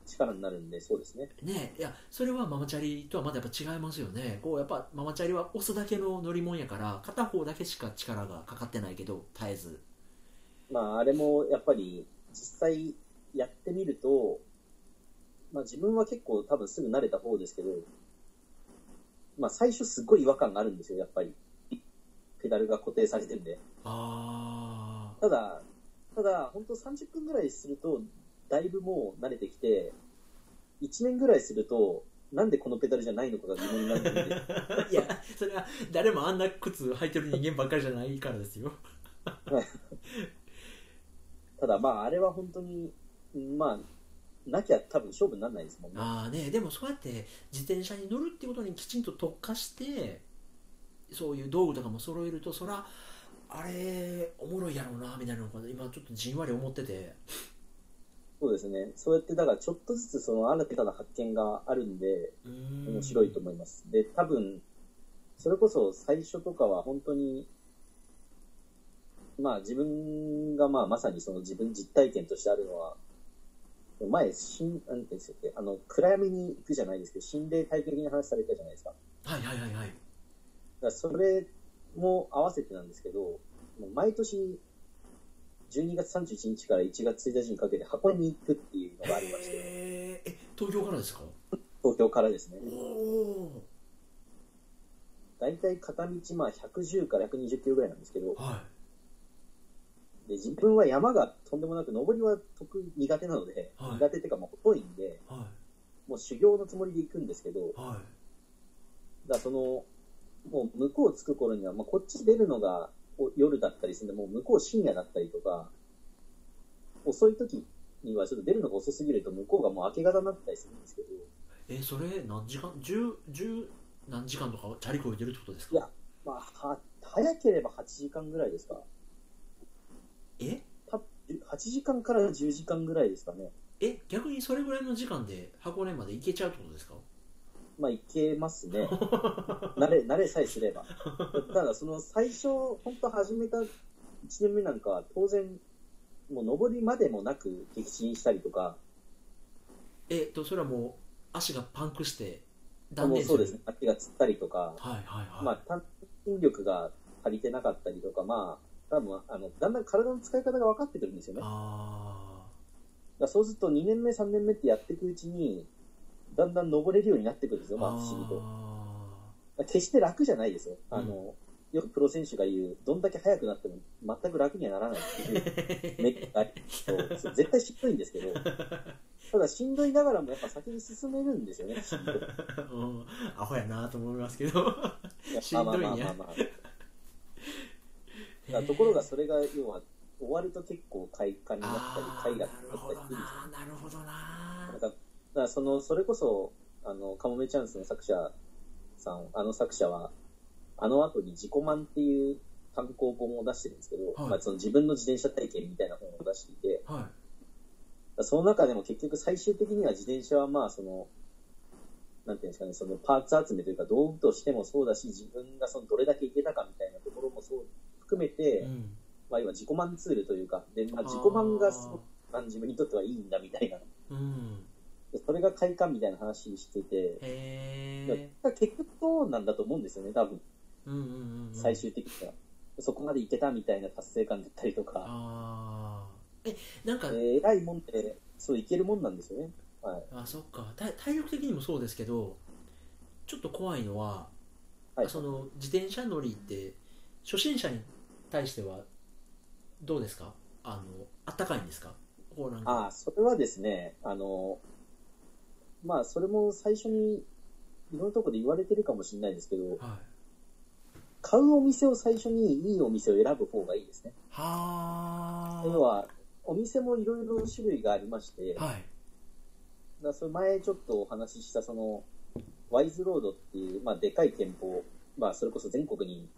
S1: 力になるんで、そうですね。
S2: ねいやそれはママチャリとはまたやっぱ違いますよねこうやっぱママチャリは押すだけの乗り物やから片方だけしか力がかかってないけど絶えず
S1: まあ、あれもやっぱり実際やってみると、まあ自分は結構多分すぐ慣れた方ですけど、まあ最初すごい違和感があるんですよ、やっぱり。ペダルが固定されてるんで。
S2: ああ
S1: ただ、ただ、本当30分ぐらいすると、だいぶもう慣れてきて、1年ぐらいすると、なんでこのペダルじゃないのかが疑問になるんで、
S2: いや、それは誰もあんな靴履いてる人間ばっかりじゃないからですよ。
S1: ただまああれは本当に、まあ、なきゃ多分勝負にならないですもんね。
S2: ああね、でもそうやって自転車に乗るってことにきちんと特化して、そういう道具とかも揃えると、そら、あれ、おもろいやろうな、みたいなのが今ちょっとじんわり思ってて。
S1: そうですね。そうやって、だからちょっとずつその新たな発見があるんで、面
S2: 面
S1: 白いと思います。で、多分、それこそ最初とかは本当に、まあ自分がまあまさにその自分実体験としてあるのは、前、心、なんていうんですかあの、暗闇に行くじゃないですけど、心霊体験的な話されたじゃないですか。だか
S2: はいはいはいはい。
S1: らそれも合わせてなんですけど、もう毎年、12月31日から1月1日にかけて箱根に行くっていうのがありまして、
S2: へーえ、東京からですか
S1: 東京からですね
S2: お。お
S1: 大体片道まあ110から120キロぐらいなんですけど
S2: ー、は
S1: で自分は山がとんでもなく登りは得意苦手なので、
S2: はい
S1: 苦手っていうかもう太いんで、
S2: い、は
S1: もう修行のつもりで行くんですけど、だ
S2: い、は
S1: からその、もう向こう着く頃には、まあ、こっち出るのがお夜だったりするんで、もう向こう深夜だったりとか、遅い時にはちょっと出るのが遅すぎると向こうがもう明け方になったりするんですけど、
S2: い。えーそれ何時間10 10何時間とかチャリこいでるってことですか
S1: いやまあ、は、早ければ8時間ぐらいですか。
S2: え
S1: た8時間から10時間ぐらいですかね。
S2: え逆にそれぐらいの時間で箱根まで行けちゃうってことですか
S1: まあ、いけますね。 慣れ、慣れさえすれば。ただ、その最初、本当始めた1年目なんかは、当然、もう登りまでもなく激震したりとか、
S2: えっとそれはもう足がパンクして断
S1: もう
S2: 念
S1: そ
S2: す
S1: う
S2: る
S1: ですね、足がつったりとか、
S2: はいはいはい、
S1: まあ、単筋力が足りてなかったりとか、まあ、多分あのだんだん体の使い方が分かってくるんですよね。だか
S2: あ
S1: らそうすると、2年目、3年目ってやっていくうちに、だんだん登れるようになってくるんです
S2: ー
S1: よ、まあ、不思議と。
S2: あ
S1: 決して楽じゃないですよ。あの、よくプロ選手が言う、どんだけ速くなっても全く楽にはならないっ ていう
S2: ー
S1: メリットがありますけど絶対しんどいんですけ ど、ただしんどいながらもやっぱ先に進めるんですよね。
S2: うんアホやなと思います けどしんどい
S1: まあまあ
S2: んや
S1: まあまあまあだからところがそれが要は終わると結構快感にな
S2: あ
S1: った
S2: ー
S1: り、快
S2: な
S1: 楽になった
S2: るほど
S1: りす
S2: な
S1: るんですよ
S2: なるほどな
S1: だからだからそのそれこそあの「カモメチャンス」の作者さんあの作者はあの後に「自己満」っていう単行本を出してるんですけど、
S2: はい
S1: まあ、その自分の自転車体験みたいな本を出していてだか
S2: はい
S1: らその中でも結局最終的には自転車はまあそのなんていうんですかねそのパーツ集めというか道具としてもそうだし自分がそのどれだけいけたかみたいなところもそう含めて、
S2: うん
S1: まあ、要は自己満ツールというかで、まあ、自己満がすごくあの自分にとってはいいんだみたいな
S2: うん
S1: でそれが快感みたいな話してて。
S2: へ
S1: だ
S2: え
S1: から結局そうなんだと思うんですよね、多分
S2: うんうんうんうん
S1: 最終的には。そこまでいけたみたいな達成感だったりとか、
S2: ああえなんか、
S1: えー偉いもんって、そういけるもんなんですよね。はい。
S2: あそっか体体力的にもそうですけどちょっと怖いのは、
S1: はい
S2: その自転車乗りって初心者に対してはどうですかあのあったかいんですかこうなんか
S1: ああ、それはですね、あの、まあ、それも最初に、いろんなとこで言われてるかもしれないですけど、
S2: はい
S1: 買うお店を最初にいいお店を選ぶ方がいいですね。
S2: はー
S1: 要は、お店もいろいろ種類がありまして、
S2: はい
S1: だからそれ前ちょっとお話ししたそのワイズロードっていう、まあ、でかい店舗、まあ、それこそ全国に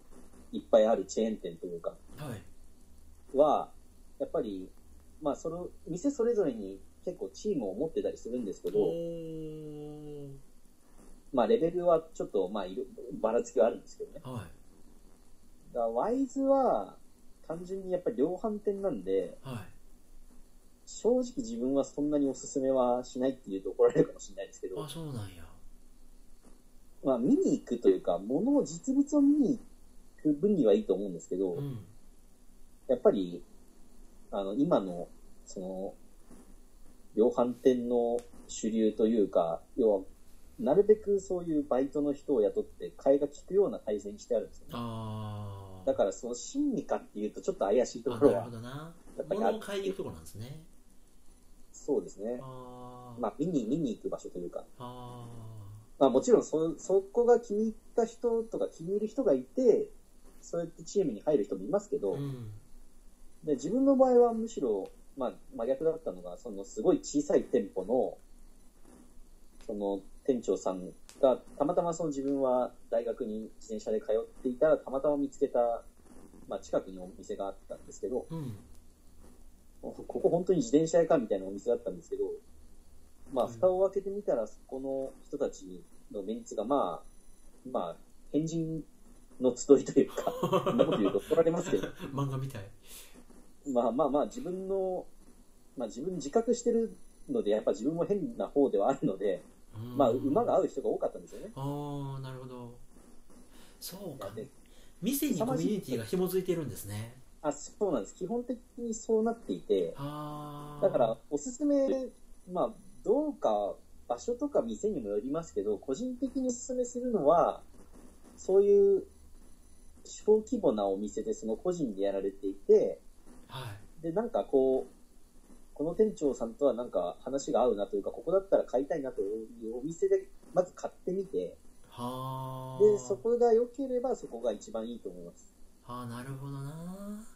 S1: いっぱいあるチェーン店というか
S2: はい
S1: はやっぱり、まあ、その店それぞれに結構チームを持ってたりするんですけど、
S2: お
S1: まあ、レベルはちょっと、まあ、いろばらつきはあるんですけどね
S2: ーはい
S1: だからワイズは単純にやっぱり量販店なんで
S2: はい
S1: 正直自分はそんなにおすすめはしないっていうと怒られるかもしれないですけど
S2: あそうなんや
S1: まあ、見に行くというか、ものを実物を見に行く分にはいいと思うんですけど、
S2: うん
S1: やっぱり、あの、今の、その、量販店の主流というか、要は、なるべくそういうバイトの人を雇って、替えが利くような体制にしてあるんですよね。
S2: ああ
S1: だから、その真理かっていうと、ちょっと怪しいと
S2: あ
S1: ころ
S2: なる
S1: は
S2: ほ、どな
S1: やっぱりあ
S2: 物
S1: る
S2: を買いに行くとこなんですね
S1: そうですね。
S2: あー、
S1: まあ、見に、見に行く場所というか、
S2: あ
S1: まあ、もちろんそ、そこが気に入った人とか気に入る人がいて、そうやってチームに入る人もいますけど、
S2: ーうん
S1: で自分の場合はむしろ、まあ、真逆だったのがそのすごい小さい店舗のその店長さんがたまたまその自分は大学に自転車で通っていたらたまたま見つけた、まあ、近くにお店があったんですけど
S2: うん
S1: ここ本当に自転車屋かみたいなお店だったんですけど、まあ、
S2: うん
S1: 蓋を開けてみたらそこの人たちのメンツがまあまあ変人の集いという かそんなこと言うと怒られますけど
S2: 漫画みたい
S1: まあまあまあ自分の、まあ、自分自覚してるのでやっぱ自分も変な方ではあるので、まあ、馬が合う人が多かったんですよね。
S2: ああなるほどそうか
S1: で
S2: 店にコミュニティが紐づいてるんですね
S1: あそうなんです基本的にそうなっていて
S2: ああ
S1: だからおすすめ、まあ、どうか場所とか店にもよりますけど個人的におすすめするのはそういう小規模なお店でその個人でやられていて
S2: はい
S1: でなんかこうこの店長さんとはなんか話が合うなというかここだったら買いたいなというお店でまず買ってみて
S2: はあ
S1: でそこが良ければそこが一番いいと思います
S2: あーなるほどな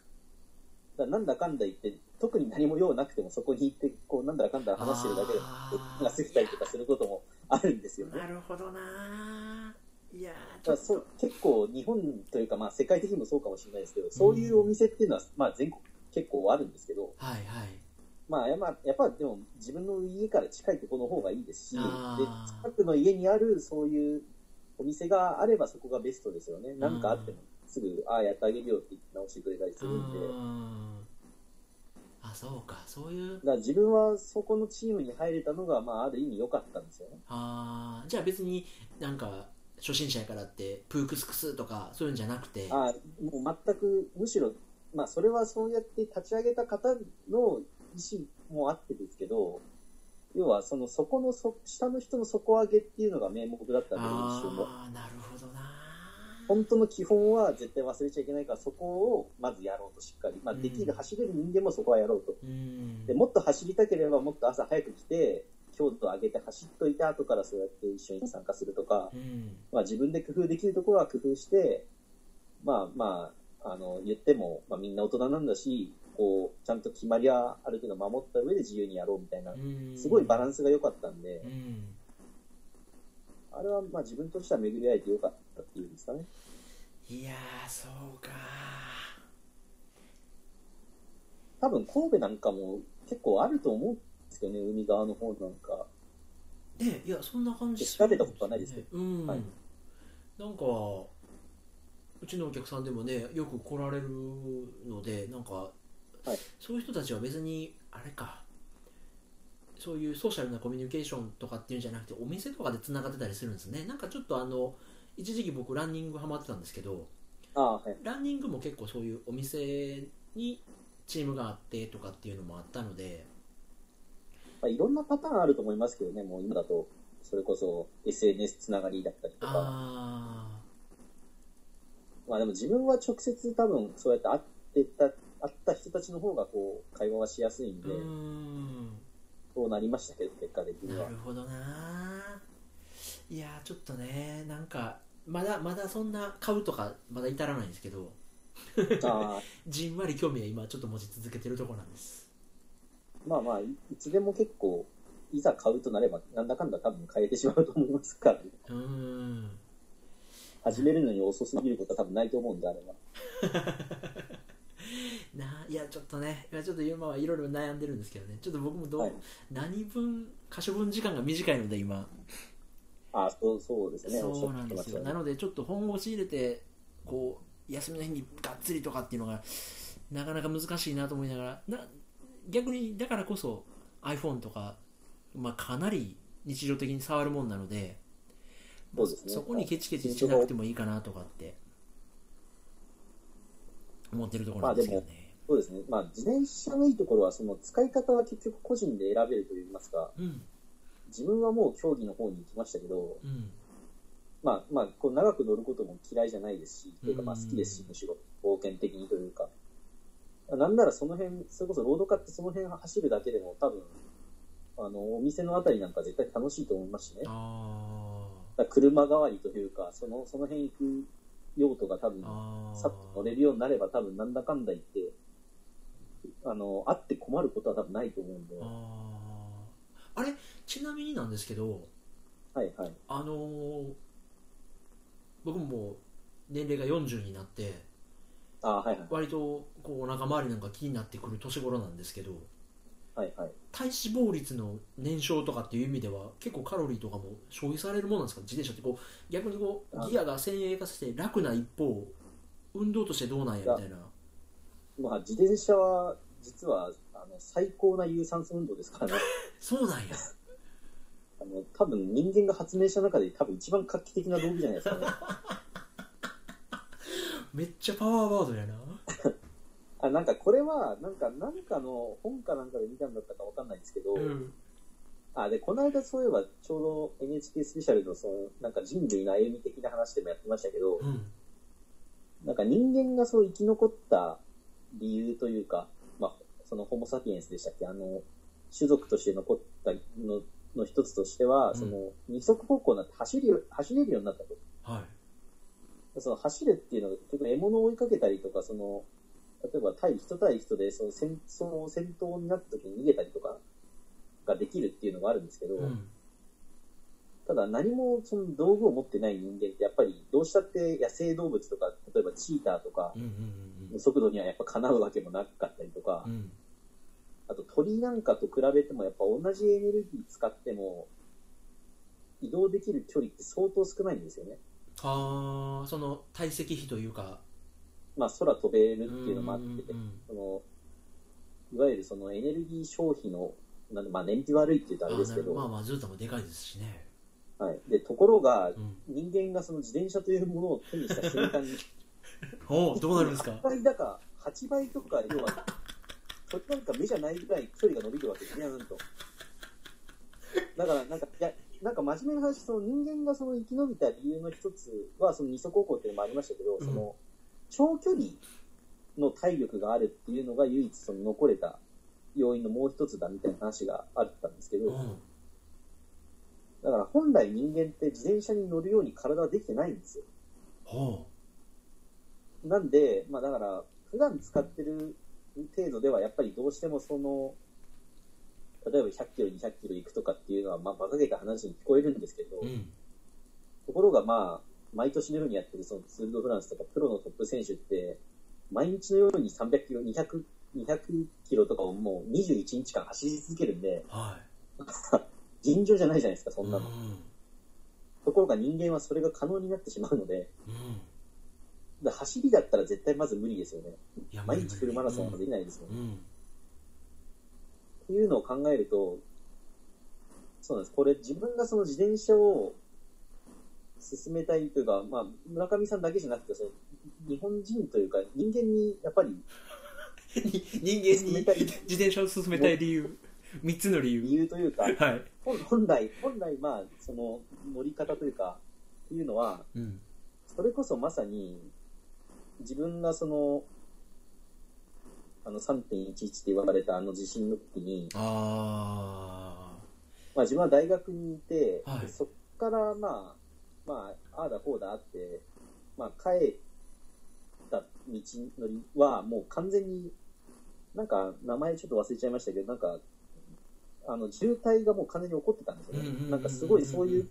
S1: だからなんだかんだ言って特に何も用なくてもそこに行ってこうなんだかんだ話してるだけで
S2: あー
S1: が過ぎたりとかすることもあるんですよね。
S2: なるほどないやー
S1: だから
S2: ち
S1: そ
S2: ょっ
S1: う結構日本というか、まあ、世界的にもそうかもしれないですけど、そういうお店っていうのは、まあ、全国結構あるんですけど、
S2: とはいはい
S1: まあ、やまやっぱでも自分の家から近いところの方がいいですし、で
S2: あー
S1: 近くの家にあるそういうお店があればそこがベストですよね。なんかあってもすぐ、ああ、やってあげるよって言って直してくれたりす
S2: う
S1: るんで。だ
S2: んあそうかそういう
S1: から自分はそこのチームに入れたのが、まあ、ある意味良かったんですよね。
S2: あーじゃあ別になんか初心者やからってプークスクスとかそういうんじゃなくて
S1: あーもう全く、むしろ、まあ、それはそうやって立ち上げた方の意思もあってですけど、要は、その、そこのそ、下の人の底上げっていうのが名目だったんで、一瞬も。
S2: あーなるほどな
S1: 本当の基本は絶対忘れちゃいけないから、そこをまずやろうとしっかり。まあ、
S2: うん
S1: できる、走れる人間もそこはやろうと。
S2: うん
S1: で、もっと走りたければ、もっと朝早く来て、強度上げて走っといて、後からそうやって一緒に参加するとか、
S2: うん
S1: まあ、自分で工夫できるところは工夫して、まあまあ、あの言っても、まあ、みんな大人なんだしこうちゃんと決まりはある程度守った上で自由にやろうみたいな
S2: うん
S1: すごいバランスが良かったんで
S2: うん
S1: あれはまあ自分としては巡り合えて良かったっていうんですかね
S2: いやーそうか
S1: 多分神戸なんかも結構あると思うんですけどね海側の方なんか
S2: ねいやそんな感じす
S1: 調べたことはないですけ
S2: ど、うん
S1: はい
S2: なんかうちのお客さんでもねよく来られるのでなんか、
S1: い
S2: そういう人たちは別にあれかそういうソーシャルなコミュニケーションとかっていうんじゃなくてお店とかでつながってたりするんですねなんかちょっとあの一時期僕ランニングハマってたんですけど
S1: ああはい
S2: ランニングも結構そういうお店にチームがあってとかっていうのもあったので
S1: まあ、いろんなパターンあると思いますけどねもう今だとそれこそ SNS つながりだったりとか
S2: あ
S1: まあでも自分は直接多分そうやって会ってた、会った人たちの方がこう、会話はしやすいん
S2: あ
S1: で、
S2: うーん
S1: そうなりましたけど、結果的に
S2: な
S1: は
S2: る。ほどないやーちょっとねなんかまだまだそんな買うとかまだ至らないんですけど
S1: ああ
S2: じんわり興味は今ちょっと持ち続けてるところなんです
S1: まあまあ、いいつでも結構、いざ買うとなれば、なんだかんだ多分買えてしまうと思いますから、ね、
S2: うーん
S1: 始めるのに遅すぎることは多分ないと思うんで、あれは。
S2: ないやちょっとね今ちょっと今はいろいろ悩んでるんですけどねちょっと僕もどう、
S1: はい
S2: 何分可処分時間が短いので今
S1: ああそう、そうですね。
S2: そうなんですよ、
S1: おっしゃってました
S2: な
S1: ね
S2: のでちょっと本腰入れてこう休みの日にがっつりとかっていうのがなかなか難しいなと思いながらな逆にだからこそ iPhone とか、まあ、かなり日常的に触るもんなのでまあ
S1: そうですね
S2: そこにケチケチしなくてもいいかなとかって思ってるところなんですけどね、
S1: そうですね。まあ、自転車のいいところは、その使い方は結局個人で選べるといいますか、
S2: うん
S1: 自分はもう競技の方に行きましたけど、
S2: うん
S1: まあまあ、こう長く乗ることも嫌いじゃないですし、というかまあ
S2: うん
S1: 好きですし、むしろ冒険的にというか、なんならその辺、それこそロードカーってその辺走るだけでも多分、あの、お店のあたりなんか絶対楽しいと思いますしね。だか
S2: あ
S1: ら車代わりというか、その、その辺行く用途が多分
S2: ー、あー
S1: さっと乗れるようになれば多分なんだかんだ言って、あの、あって困ることは多分ないと思うんで、は
S2: あーあれちなみになんですけど、
S1: いはい。
S2: あのー僕も年齢が40になって
S1: あはいはい。
S2: 割とこうお腹周りなんか気になってくる年頃なんですけど
S1: はいはい。
S2: 体脂肪率の燃焼とかっていう意味では結構カロリーとかも消費されるものなんですか自転車ってこう逆にこうギアが先鋭化して楽な一方運動としてどうなんやみたいな
S1: まあ自転車は実はあの最高な有酸素運動ですからね。
S2: そうなんや
S1: あの多分人間が発明した中で多分一番画期的な道具じゃないですかね
S2: めっちゃパワーワードやな
S1: あなんかこれはなんかなんかの本かなんかで見たんだったかわかんないですけど、
S2: うん
S1: あでこの間そういえばちょうど NHK スペシャルのそのなんか人類の歩み的な話でもやってましたけど
S2: うん
S1: なんか人間がそう生き残った理由というか、まあ、そのホモ・サピエンスでしたっけあの種族として残ったのの一つとしては、
S2: うん
S1: その二足歩行になって走り走れるようになったと。
S2: はい
S1: その走るっていうのが結局獲物を追いかけたりとか、その、例えば対人対人でその戦争、戦闘になった時に逃げたりとかができるっていうのがあるんですけど、
S2: うん
S1: ただ何もその道具を持ってない人間ってやっぱりどうしたって野生動物とか、例えばチーターとか
S2: うんうんうん
S1: 速度にはやっぱかなうわけもなかったりとか
S2: う、ん
S1: あと鳥なんかと比べてもやっぱ同じエネルギー使っても移動できる距離って相当少ないんですよね。
S2: ああその体積比というか
S1: まあ空飛べる
S2: っ
S1: っていうのもあって、
S2: うん
S1: そのいわゆるそのエネルギー消費のなんでまあ燃費悪いって言うとあ
S2: あ
S1: れ
S2: ー
S1: ですけ
S2: なるまあ
S1: ど、
S2: まあズータもでかいですしね、
S1: はい、でところが
S2: うん、
S1: 人間がその自転車というものを手にした瞬間に
S2: おおどうなるんですか
S1: 1倍だか8倍とか、要は、それなんか目じゃないぐらい距離が伸びるわけですね、なんと。だから、なんか、いや、なんか真面目な話、その人間がその生き延びた理由の一つは、その二足歩行っていうのもありましたけど、
S2: うん
S1: その、長距離の体力があるっていうのが唯一その残れた要因のもう一つだみたいな話があったんですけ
S2: う
S1: ど、
S2: ん
S1: だから本来人間って自転車に乗るように体はできてないんですよ。
S2: ほ
S1: なんで、まあだから、普段使ってる程度では、やっぱりどうしてもその、例えば100キロ、200キロ行くとかっていうのは、まあ、馬鹿げた話に聞こえるんですけど、
S2: ううん
S1: ところがまあ、毎年のようにやってるそのツール・ド・フランスとかプロのトップ選手って、毎日のように300キロ、200、200キロとかをもう21日間走り続けるんで、
S2: は
S1: 尋常じゃないじゃないですか、そ
S2: い
S1: んなの。
S2: うん
S1: ところが人間はそれが可能になってしまうので、
S2: うん
S1: で走りだったら絶対まず無理ですよね。
S2: いや
S1: 毎日フルマラソンはできないですもんね
S2: うんうん
S1: っていうのを考えると、そうなんです。これ自分がその自転車を進めたいというか、まあ、村上さんだけじゃなくて、その日本人というか、人間にやっぱり
S2: 人間に自転車を進めたい理由3つの理
S1: 理
S2: 由
S1: 由というか、
S2: はい、
S1: 本本来、本来、まあ、その乗り方というか、っていうのは、
S2: うん、
S1: それこそまさに、自分がその、あの3.11って言われたあの地震の時に、
S2: あ
S1: まあ、自分は大学にいて、
S2: はい
S1: でそこから、まあ、まあ、ああだこうだあって、まあ、帰った道のりは、もう完全に、なんか、名前ちょっと忘れちゃいましたけど、なんか、あの、渋滞がもう完全に起こってたんですよ
S2: うんうんうんうんう
S1: ね。
S2: ん
S1: なんか、すごいそういう、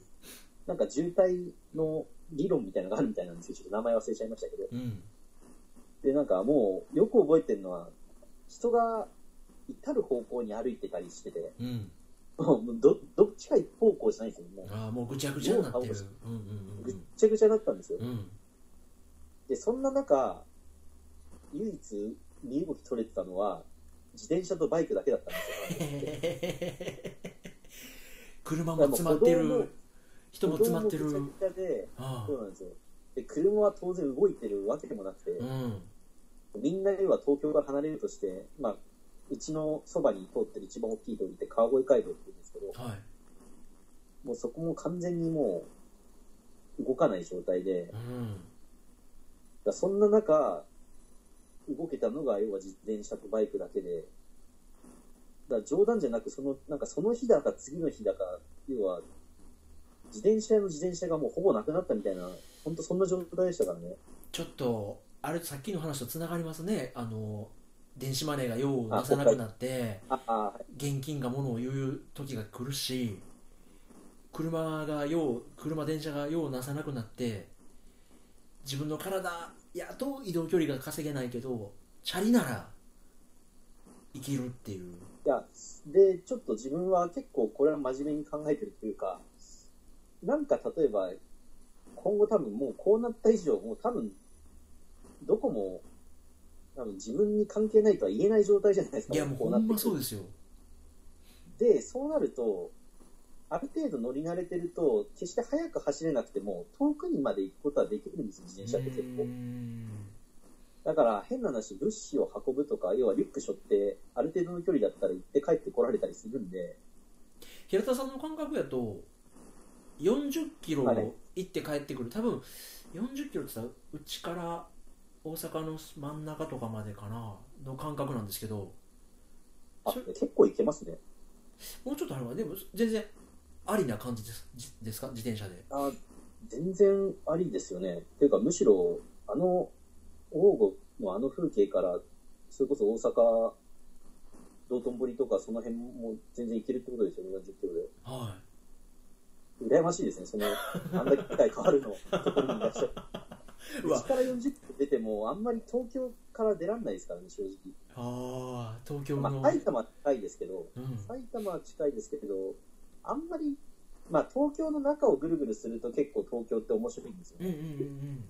S1: なんか渋滞の理論みたいなのがあるみたいなんですよ。ちょっと名前忘れちゃいましたけど。
S2: ーうん
S1: で、なんかもう、よく覚えてるのは、人が至る方向に歩いてたりしてて、
S2: うん
S1: もうど、どっちか一方向じゃないんですよ、もう。
S2: ああもうぐちゃぐちゃになってるうんうん
S1: ぐっちゃぐちゃだったんですよ
S2: う。ん うん
S1: で、そんな中、唯一身動き取れてたのは、自転車とバイクだけだったんですよ。
S2: 車も詰まって
S1: だからもう
S2: る人も詰まって
S1: 歩道
S2: る
S1: もぐちゃぐちゃで、
S2: あ
S1: そうなんですよ。で、車は当然動いてるわけでもなくて
S2: あ、うん
S1: みんな要は東京から離れるとして、まあ、うちのそばに通ってる一番大きい通りって川越街道って言うんですけど、
S2: は
S1: もうそこも完全にもう動かない状態で、
S2: いうん
S1: だからそんな中、動けたのが、要は自転車とバイクだけで、だから冗談じゃなく、その、なんかその日だか次の日だか、要は、自転車屋の自転車がもうほぼなくなったみたいな、ほんとそんな状態でしたからね。
S2: ちょっとあれさっきの話とつながりますねあの電子マネーが用をなさなくなって
S1: ああ、はい
S2: 現金が物を言う時が来るし車が用車電車が用をなさなくなって自分の体やと移動距離が稼げないけどチャリならいけるっていう
S1: いや、で、ちょっと自分は結構これは真面目に考えてるというか、なんか例えば、今後多分もうこうなった以上、もう多分、どこも、多分自分に関係ないとは言えない状態じゃないですか。
S2: いやもう
S1: こ
S2: ほ
S1: なっ
S2: ん
S1: てく
S2: ま
S1: ると
S2: そうですよ
S1: で、そうなると、ある程度乗り慣れてると、決して速く走れなくても、遠くにまで行くことはできるんですよ、自転車って結
S2: うー
S1: 構。
S2: ん
S1: だから、変な話、物資を運ぶとか、要はリュック背負って、ある程度の距離だったら行って帰ってこられたりするんで、
S2: 平田さんの感覚やと40キロ
S1: はい
S2: 行って帰ってくる、多分40キロってさうちから大阪の真ん中とかまでかなの感覚なんですけど
S1: あ
S2: それ
S1: 結構行けますね。
S2: もうちょっとあれはでも全然ありな感じですじですか自転車で
S1: あ全然ありですよね。っていうか、むしろ、あの、王吾のあの風景から、それこそ大阪、道頓堀とか、その辺も全然行けるってことですよね、40キロで。
S2: は
S1: 羨ましいですね、そ の、あんだけ機械変わるの、ところにいらっしゃる。
S2: う
S1: う
S2: わ
S1: ちから40分出ても、あんまり東京から出らんないですからね、正
S2: ああ東京
S1: 直。ま
S2: の、
S1: あ、埼玉は近いですけど、
S2: うん、
S1: 埼玉は近いですけど、あんまり、まあ、東京の中をぐるぐるすると結構東京って面白いんですよ
S2: うんう
S1: ね。
S2: んうん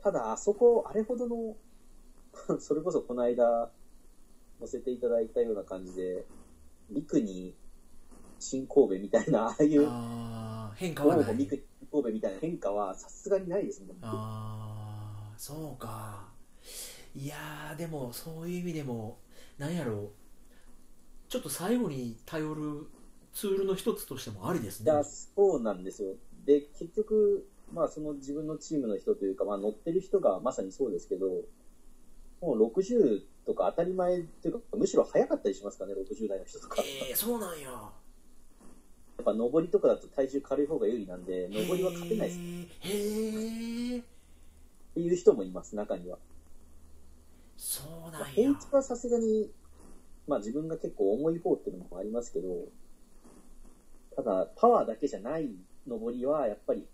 S1: ただ、あそこ、あれほどの、 それこそこの間、載せていただいたような感じで、陸に新神戸みたいな、ああい
S2: うん
S1: う、
S2: ああ変化は
S1: 神
S2: な
S1: 戸
S2: い
S1: に新神戸みたいな変化はさすがにないですね。
S2: ああそうかいやーでもそういう意味でもなんやろうちょっと最後に頼るツールの一つとしてもありです
S1: い
S2: ね
S1: や、そうなんですよ。で、結局、まあ、その自分のチームの人というか、まあ、乗ってる人がまさにそうですけど、もう60とか当たり前というか、むしろ早かったりしますかね、60代の人とか。や
S2: えー、そうなんや
S1: っぱ、上りとかだと体重軽い方が有利なんで、上りは勝てないです
S2: へーへえ
S1: っていう人もいます、中には。
S2: そう
S1: まあ
S2: なんや
S1: 平地はさすがに、まあ、自分が結構重い方っていうのもありますけど、ただ、パワーだけじゃない上りは、やっぱり、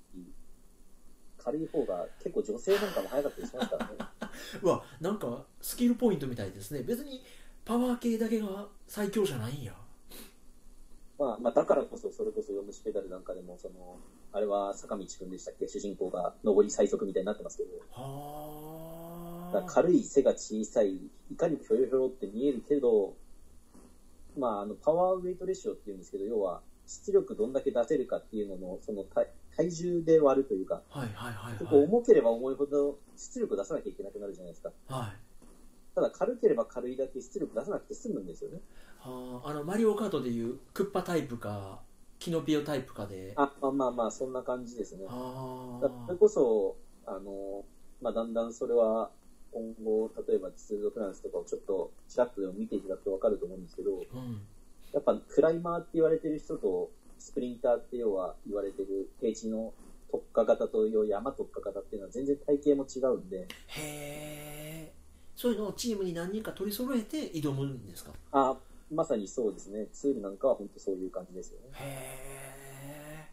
S1: 軽い方が結構女性なんかも早かったりしますからね。
S2: うわなんかスキルポイントみたいですね別にパワー系だけが最強じゃないんや
S1: まあ、まあ、だからこそ、それこそ、ヨムシペダルなんかでも、その、あれは坂道くんでしたっけ主人公が上り最速みたいになってますけど、
S2: は
S1: だから軽い背が小さい、いかにもひょろひょろって見えるけど、まあ、あの、パワーウェイトレシオって言うんですけど、要は、出力どんだけ出せるかっていうのの、その体、体重で割るというか、
S2: はいはいはい
S1: 結
S2: は
S1: 構
S2: い
S1: 重ければ重いほど出力出さなきゃいけなくなるじゃないですか。
S2: はい
S1: ただ、軽ければ軽いだけ出力出さなくて済むんですよね。
S2: はああのマリオカートでいうクッパタイプかキノピオタイプかであ
S1: あ、まあまあまあ、そんな感じですね。
S2: あ
S1: だからそれこそ、あの、まあ、だんだんそれは今後、例えばツールドフランスとかをちょっとちらっとでも見ていただくと分かると思うんですけど、
S2: うん
S1: やっぱクライマーって言われてる人と、スプリンターって要は言われてる平地の特化型と要は山特化型っていうのは全然体型も違うんで、
S2: へえそういうのをチームに何人か取り揃えて挑むんですか
S1: あ、まさにそうですね。ツールなんかは本当そういう感じですよね。
S2: へ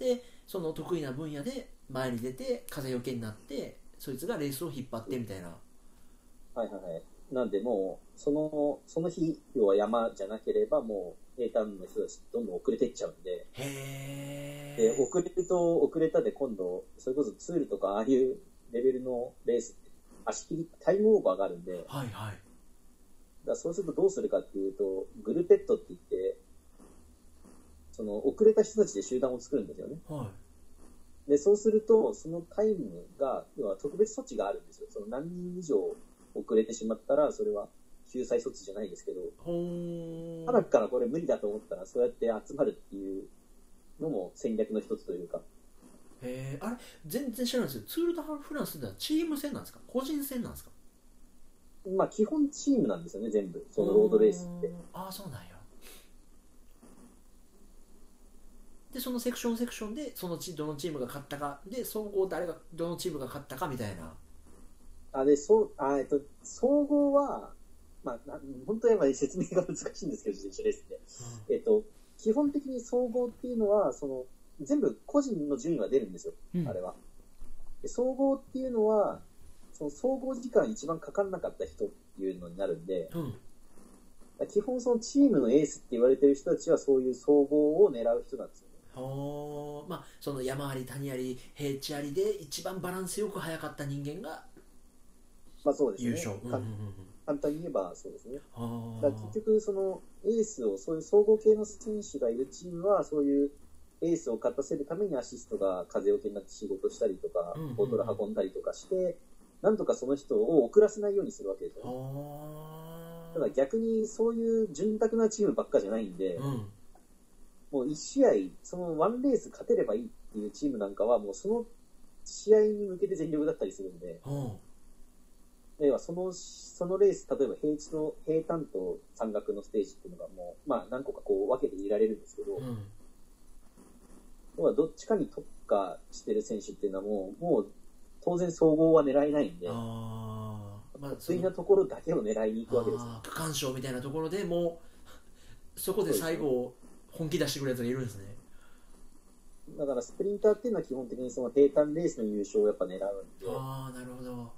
S2: えでその得意な分野で前に出て風よけになってそいつがレースを引っ張ってみたいな
S1: はいはいはい。なんでもう、その、その日、要は山じゃなければもう平坦の人たちどんどん遅れてっちゃうんで、
S2: へ
S1: で遅れると遅れたで今度それこそツールとかああいうレベルのレースって足切りタイムオーバーがあるんでだか
S2: はいはい
S1: らそうするとどうするかっていうとグルーペットって言ってその遅れた人たちで集団を作るんですよね
S2: はい
S1: でそうするとそのタイムが要は特別措置があるんですよその何人以上遅れてしまったらそれは救済措置じゃないですけど
S2: ほ
S1: 花からこれ無理だと思ったらそうやって集まるっていうのも戦略の一つというか
S2: へえあれ全然知らないですよツール・ド・フランスではチーム戦なんですか個人戦なんですか
S1: まあ基本チームなんですよね全部そのロードレースって
S2: ああそうなんやでそのセクションセクションでそのチどのチームが勝ったかで総合誰がどのチームが勝ったかみたいな
S1: あ、で、そう、あ、えっと、総合は、まあ、な本当はやっぱり説明が難しいんですけど、自転車レースで。えっと、基本的に総合っていうのは、その、全部個人の順位は出るんですよ、
S2: うん
S1: あれは。で総合っていうのは、その総合時間一番かかんなかった人っていうのになるんで、
S2: うん
S1: 基本そのチームのエースって言われてる人たちはそういう総合を狙う人なんですよね。
S2: おーまあその山あり谷あり平地ありで一番バランスよく早かった人間が
S1: まあそうですね。
S2: 優勝、うんうん
S1: か
S2: うん
S1: 簡単に言えばそうですね。
S2: うん、あ
S1: だから
S2: ー
S1: 結局、そのエースを、そういう総合系の選手がいるチームは、そういうエースを勝たせるためにアシストが風よけになって仕事したりとか
S2: うんうんうん、
S1: ボトル運んだりとかして、なんとかその人を遅らせないようにするわけですよね。
S2: あー
S1: ただ逆にそういう潤沢なチームばっかじゃないんで、
S2: うん
S1: もう1試合、その1レース勝てればいいっていうチームなんかは、もうその試合に向けて全力だったりするんで、
S2: うん
S1: 例はその、そのレース、例えば平地の平坦と山岳のステージっていうのがもう、まあ何個かこう分けていられるんですけど、
S2: うん
S1: 要はどっちかに特化してる選手っていうのはもう、もう当然総合は狙えないんで、
S2: ああまあそ
S1: 得意
S2: の
S1: なところだけを狙いに行くわけですよ。
S2: あー区間賞みたいなところでもうそこで最後本気出してくるやつがいるんですね
S1: だからスプリンターっていうのは基本的にその平坦レースの優勝をやっぱ狙うんで、
S2: ああなるほど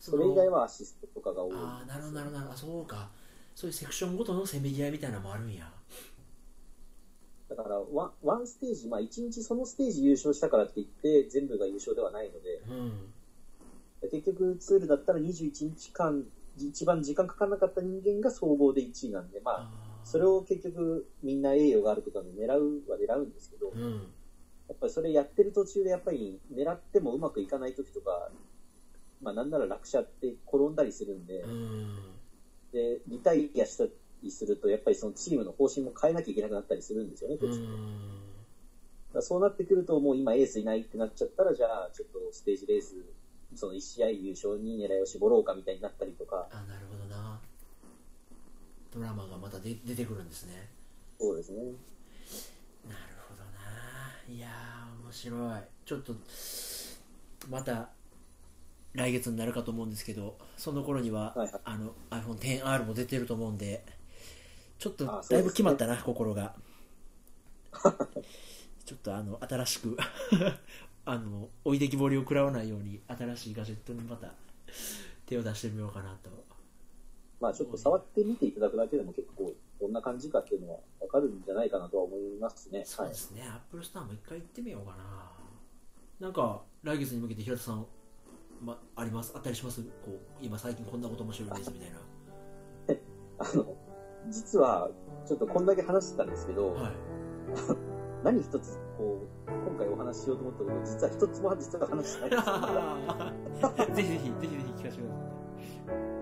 S1: それ以外はアシストとかが多いですね。
S2: ああなるほどなるほどなるほどあそうかそういうセクションごとのせめぎ合いみたいなのもあるんや
S1: だからワン、ワンステージ、まあ、一日そのステージ優勝したからって言って、全部が優勝ではないので、
S2: うん
S1: 結局、ツールだったら21日間、一番時間かからなかった人間が総合で1位なんで、まあ、
S2: あー
S1: それを結局、みんな栄誉があるとかで狙うは狙うんですけど、や
S2: うん
S1: っぱりそれやってる途中で、やっぱり狙ってもうまくいかない時とか、まあ、なんなら落車って転んだりするんで
S2: う、ん
S1: で、リタイアしたりすると、やっぱりそのチームの方針も変えなきゃいけなくなったりするんですよね、途
S2: う
S1: 中で
S2: ん
S1: だからそうなってくると、もう今エースいないってなっちゃったら、じゃあ、ちょっとステージレース、その1試合優勝に狙いを絞ろうかみたいになったりとか、
S2: あなるほどなドラマがまた出出てくるんですね
S1: そうですね。
S2: なるほどないやー面白いちょっとまた来月になるかと思うんですけどその頃には、
S1: はいはい
S2: あの iPhone10R も出てると思うんでちょっと
S1: あそうです
S2: だ
S1: ね
S2: いぶ決まったな、心が ちょっとあの新しく あの置いてきぼりを食らわないように新しいガジェットにまた手を出してみようかなと
S1: まあ、ちょっと触ってみていただくだけでも結構、こんな感じかっていうのはわかるんじゃないかなとは思いますね。
S2: そ
S1: は
S2: う
S1: い
S2: で。すね、アップルスターも一回行ってみようかな。なんか、来月に向けて平田さん、ま、ありますあったりしますこう、今最近こんなこと面白いですみたいな。
S1: あの、実は、ちょっとこんだけ話してたんですけど、
S2: はい。
S1: 何一つ、こう、今回お話ししようと思ったこと、実 は一つも実は話してないです。
S2: ぜひぜひ、ぜひぜひ聞かせてください。